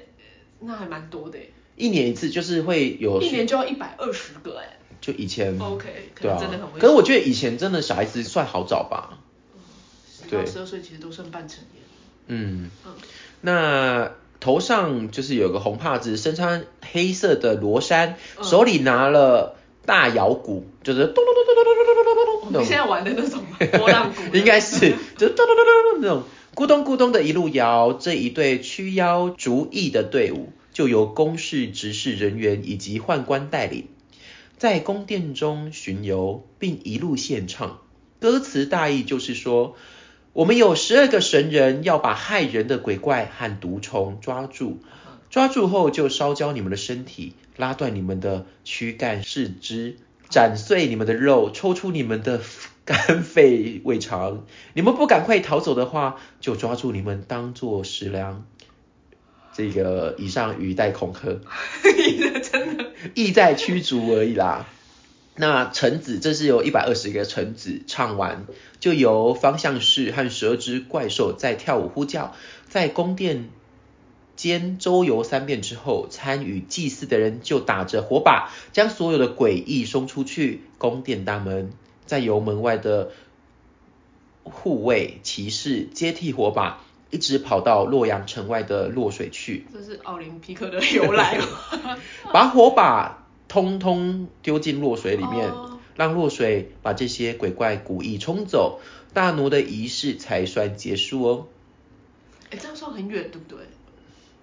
Speaker 3: 那还蛮多的耶，
Speaker 2: 一年一次，就是会有
Speaker 3: 一年就要一百二十个哎。
Speaker 2: 就以前
Speaker 3: OK，可
Speaker 2: 对啊
Speaker 3: 能真的很危险。，
Speaker 2: 可是我觉得以前真的小孩子算好找吧，
Speaker 3: 十
Speaker 2: 对
Speaker 3: 到十二岁其实都算半成年。
Speaker 2: 嗯。
Speaker 3: 嗯，
Speaker 2: 那头上就是有个红帕子，身穿黑色的罗衫，
Speaker 3: 嗯
Speaker 2: 手里拿了大摇鼓，就是咚咚咚咚咚咚咚咚咚咚
Speaker 3: 我们
Speaker 2: 咚咚
Speaker 3: 现在玩的那种吗？波浪鼓
Speaker 2: 应该是就咚咚咚咚咚那种咕咚咕咚的一路摇，这一队曲腰逐意的队伍就由公事执事人员以及宦官带领，在宫殿中巡游，并一路献唱。歌词大意就是说，我们有十二个神人要把害人的鬼怪和毒虫抓住，抓住后就烧焦你们的身体，拉断你们的躯干四肢，斩碎你们的肉，抽出你们的肝肺胃肠。你们不赶快逃走的话，就抓住你们当做食粮。这个以上语带恐吓， 意在驱逐而已啦。那橙子，这是由一百二十个橙子唱完，就由方向士和蛇之怪兽在跳舞呼叫，在宫殿间周游三遍之后，参与祭祀的人就打着火把，将所有的诡异送出去宫殿大门，再由门外的护卫骑士接替火把，一直跑到洛阳城外的洛水去。
Speaker 3: 这是奥林匹克的由来哦 吗？
Speaker 2: 把火把通通丢进落水里面，
Speaker 3: 哦
Speaker 2: 让落水把这些鬼怪古意冲走，大奴的仪式才算结束哦。
Speaker 3: 哎，这样算很远，对不对？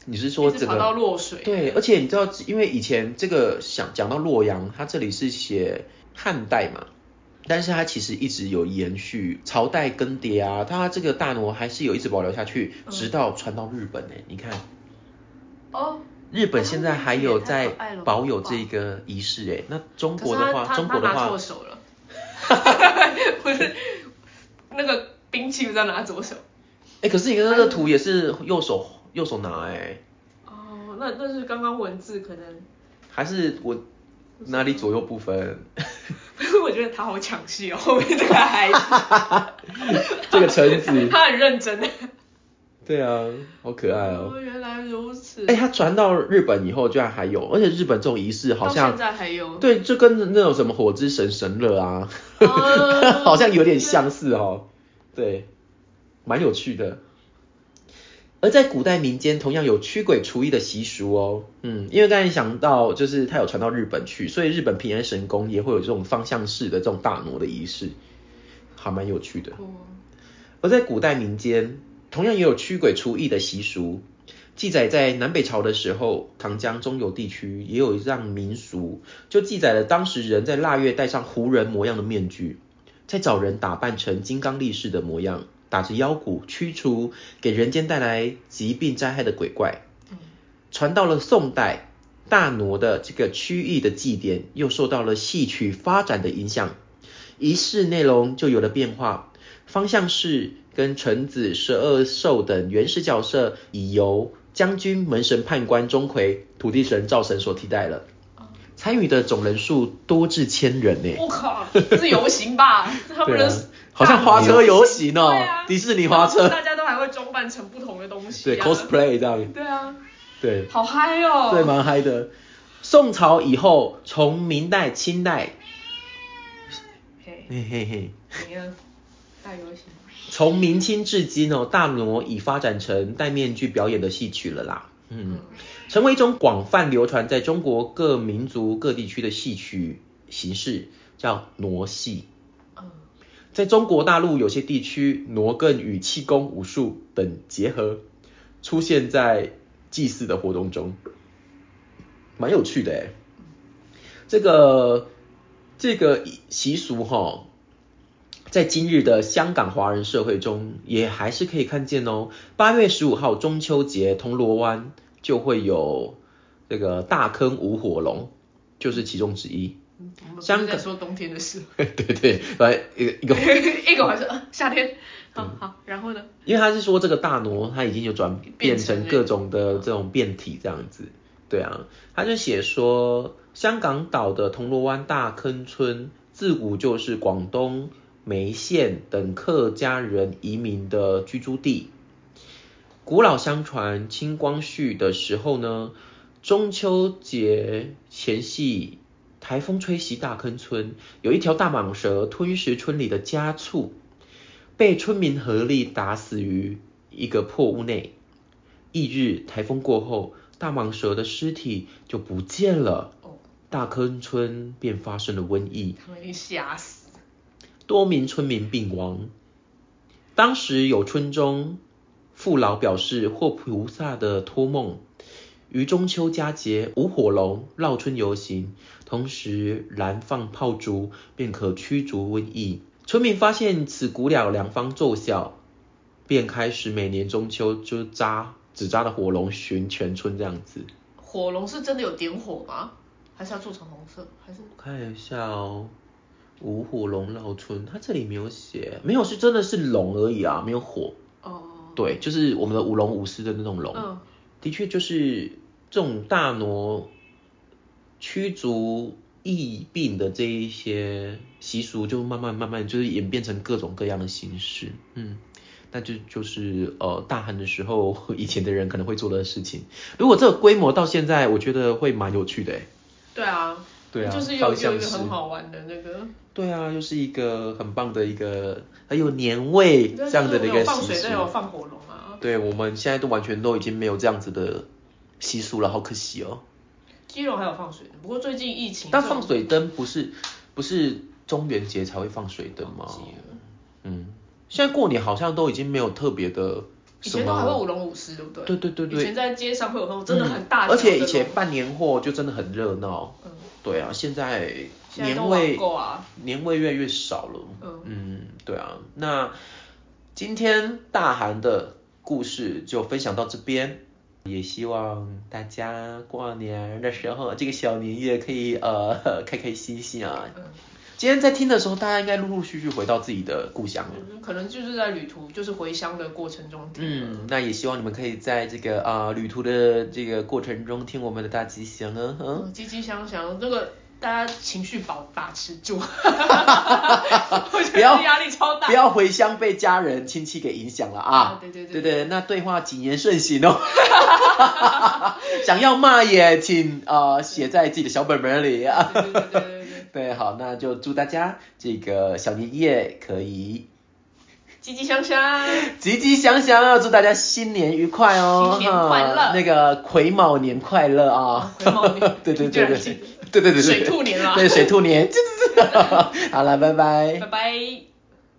Speaker 2: 你是说
Speaker 3: 一直
Speaker 2: 整
Speaker 3: 跑到
Speaker 2: 个？哦
Speaker 3: 落水，
Speaker 2: 对，而且你知道，因为以前这个想讲到洛阳，它这里是写汉代嘛，但是它其实一直有延续朝代更迭啊，它这个大奴还是有一直保留下去，
Speaker 3: 嗯
Speaker 2: 直到传到日本呢、你看，
Speaker 3: 哦，
Speaker 2: 日本现在还有在
Speaker 3: 哦他们也太
Speaker 2: 保有
Speaker 3: 爱
Speaker 2: 这
Speaker 3: 了吧
Speaker 2: 个仪式哎、那中
Speaker 3: 可是
Speaker 2: 国
Speaker 3: 他
Speaker 2: 的话，
Speaker 3: 他
Speaker 2: 中国的
Speaker 3: 他拿
Speaker 2: 话
Speaker 3: 错，手 了，不是那个兵器不知道拿左手。
Speaker 2: 哎、可是你看那个图也是右手右手拿哎、
Speaker 3: 哦，那那是刚刚文字可能，
Speaker 2: 还是我哪里左右不分？
Speaker 3: 不是我觉得他好抢戏哦，后面这个孩子
Speaker 2: 这个橙子，
Speaker 3: 他很认真。
Speaker 2: 对啊，好可爱哦、
Speaker 3: 哦，原来如此。
Speaker 2: 哎、它传到日本以后居然还有，而且日本这种仪式好
Speaker 3: 到
Speaker 2: 像
Speaker 3: 现在还有。
Speaker 2: 对，就跟那种什么火之神神乐啊，
Speaker 3: 哦
Speaker 2: 好像有点相似哦。对，蛮有趣的。而在古代民间，同样有驱鬼除疫的习俗哦。嗯，因为刚才想到，就是它有传到日本去，所以日本平安神宫也会有这种方向式的这种大挪的仪式，还蛮有趣的。
Speaker 3: 哦
Speaker 2: 而在古代民间，同样也有驱鬼除疫的习俗。记载在南北朝的时候，长江中游地区也有这样民俗，就记载了当时人在腊月戴上胡人模样的面具，再找人打扮成金刚力士的模样，打着腰鼓驱除给人间带来疾病灾害的鬼怪。
Speaker 3: 嗯
Speaker 2: 传到了宋代，大挪的这个区域的祭典又受到了戏曲发展的影响，仪式内容就有了变化，方向是跟臣子、十二兽等原始角色已由将军、门神、判官、钟馗、土地神、灶神所替代了。参与的总人数多至千人呢、
Speaker 3: 我靠，这是游行 吧？这他们的
Speaker 2: 对啊，好像花车游行哦、
Speaker 3: 对啊
Speaker 2: 迪士尼花车，
Speaker 3: 大家都还会装扮成不同的东西、啊。
Speaker 2: 对 cosplay 这样，
Speaker 3: 对啊，
Speaker 2: 对，
Speaker 3: 好嗨哦！
Speaker 2: 对，蛮嗨的。宋朝以后，从明代、清代，
Speaker 3: 嘿，
Speaker 2: 嘿嘿嘿，
Speaker 3: 怎样？大游行。
Speaker 2: 从明清至今哦，大挪已发展成戴面具表演的戏曲了啦。嗯，成为一种广泛流传在中国各民族各地区的戏曲形式，叫傩戏。
Speaker 3: 嗯，
Speaker 2: 在中国大陆有些地区，傩更与气功、武术等结合，出现在祭祀的活动中，蛮有趣的哎。这个这个习俗哈、在今日的香港华人社会中，也还是可以看见哦。八月十五号中秋节，铜锣湾就会有这个大坑舞火龙，就是其中之一。
Speaker 3: 嗯我们不是
Speaker 2: 香
Speaker 3: 在
Speaker 2: 港
Speaker 3: 说冬天的事，
Speaker 2: 对对，来一个一 个
Speaker 3: 一个晚上啊夏天，好好，然后呢？
Speaker 2: 因为他是说这个大挪他已经有转变
Speaker 3: 变
Speaker 2: 成
Speaker 3: 成
Speaker 2: 各种的这种变体这样子，对啊，他就写说香港岛的铜锣湾大坑村自古就是广东梅县等客家人移民的居住地。古老相传，清光绪的时候呢，中秋节前夕，台风吹袭大坑村，有一条大蟒蛇吞食村里的家畜，被村民合力打死于一个破屋内。翌日，台风过后，大蟒蛇的尸体就不见了
Speaker 3: 哦，
Speaker 2: 大坑村便发生了瘟疫。
Speaker 3: 他们一定吓死。
Speaker 2: 多名村民病亡。当时有村中父老表示获菩萨的托梦，于中秋佳节舞火龙、绕村游行，同时燃放炮竹，便可驱逐瘟疫。村民发现此古鸟良方奏效，便开始每年中秋就扎纸扎的火龙巡全村这样子。
Speaker 1: 火龙是真的有点火吗？还是要做成红色？还是
Speaker 2: 我看一下哦，五虎龙绕村，它这里没有写，没有是真的是龙而已啊，没有火。
Speaker 1: 哦，
Speaker 2: 对，就是我们的舞龙舞狮的那种龙，
Speaker 1: 嗯
Speaker 2: 的确就是这种大挪驱逐疫病的这一些习俗，就慢慢慢慢就是演变成各种各样的形式，嗯。那就就是呃，大寒的时候， 以前的人可能会做的事情。如果这个规模到现在，我觉得会蛮有趣的诶。欸
Speaker 1: 对啊，
Speaker 2: 对啊
Speaker 1: 就是
Speaker 2: 照
Speaker 1: 有
Speaker 2: 相
Speaker 1: 有一个
Speaker 2: 是
Speaker 1: 很好玩的那个，
Speaker 2: 对啊，又是一个很棒的一个很有年味这样的一
Speaker 1: 就是
Speaker 2: 个
Speaker 1: 有放
Speaker 2: 习
Speaker 1: 水
Speaker 2: 俗
Speaker 1: 但。有放火龙啊，
Speaker 2: 对，我们现在都完全都已经没有这样子的习俗了，好可惜哦。
Speaker 1: 基隆还有放水灯，不过最近疫情这
Speaker 2: 但
Speaker 1: 种，
Speaker 2: 放水灯不是不是中元节才会放水灯吗
Speaker 1: 忘记了？
Speaker 2: 嗯，现在过年好像都已经没有特别的
Speaker 1: 以
Speaker 2: 什
Speaker 1: 前都还会
Speaker 2: 么。
Speaker 1: 舞龙舞狮，对不对？
Speaker 2: 对对对对
Speaker 1: 以前在街上会有那种真的很大、
Speaker 2: 嗯而且以前，办年货就真的很热闹。
Speaker 1: 嗯，
Speaker 2: 对啊，现在
Speaker 1: 现在都
Speaker 2: 年
Speaker 1: 网
Speaker 2: 味
Speaker 1: 购啊，
Speaker 2: 年味越来越少了。
Speaker 1: 嗯
Speaker 2: 嗯，对啊。那今天大韩的故事就分享到这边，也希望大家过年的时候，这个小年夜可以呃 开开心心啊。
Speaker 1: 嗯
Speaker 2: 今天在听的时候，大家应该陆陆续续回到自己的故乡了。
Speaker 1: 嗯可能就是在旅途，就是回乡的过程中听了，
Speaker 2: 嗯，那也希望你们可以在这个啊、呃旅途的这个过程中听我们的大吉祥啊，嗯，
Speaker 1: 嗯，积极想想这个。大家情绪把把持 住，我觉
Speaker 2: 不要
Speaker 1: 得压力超大。
Speaker 2: 不要回乡被家人亲戚给影响了啊
Speaker 1: 啊！对对对
Speaker 2: 对对，那对话谨言慎行哦。 想要骂也请呃写在自己的小本本里 啊。
Speaker 1: 对对对对对对，
Speaker 2: 对，好，那就祝大家这个小年夜可以
Speaker 1: 积极向上，
Speaker 2: 吉吉祥祥啊！祝大家新年愉快哦，
Speaker 1: 新年快乐
Speaker 2: 哈 那个癸卯年快乐 啊！
Speaker 1: 回眸你
Speaker 2: 对对
Speaker 1: 居
Speaker 2: 对
Speaker 1: 然
Speaker 2: 对
Speaker 1: 记得
Speaker 2: 对对对
Speaker 1: 水
Speaker 2: 对，
Speaker 1: 兔年啦啊
Speaker 2: 对水兔年，好了，拜拜
Speaker 1: 拜拜。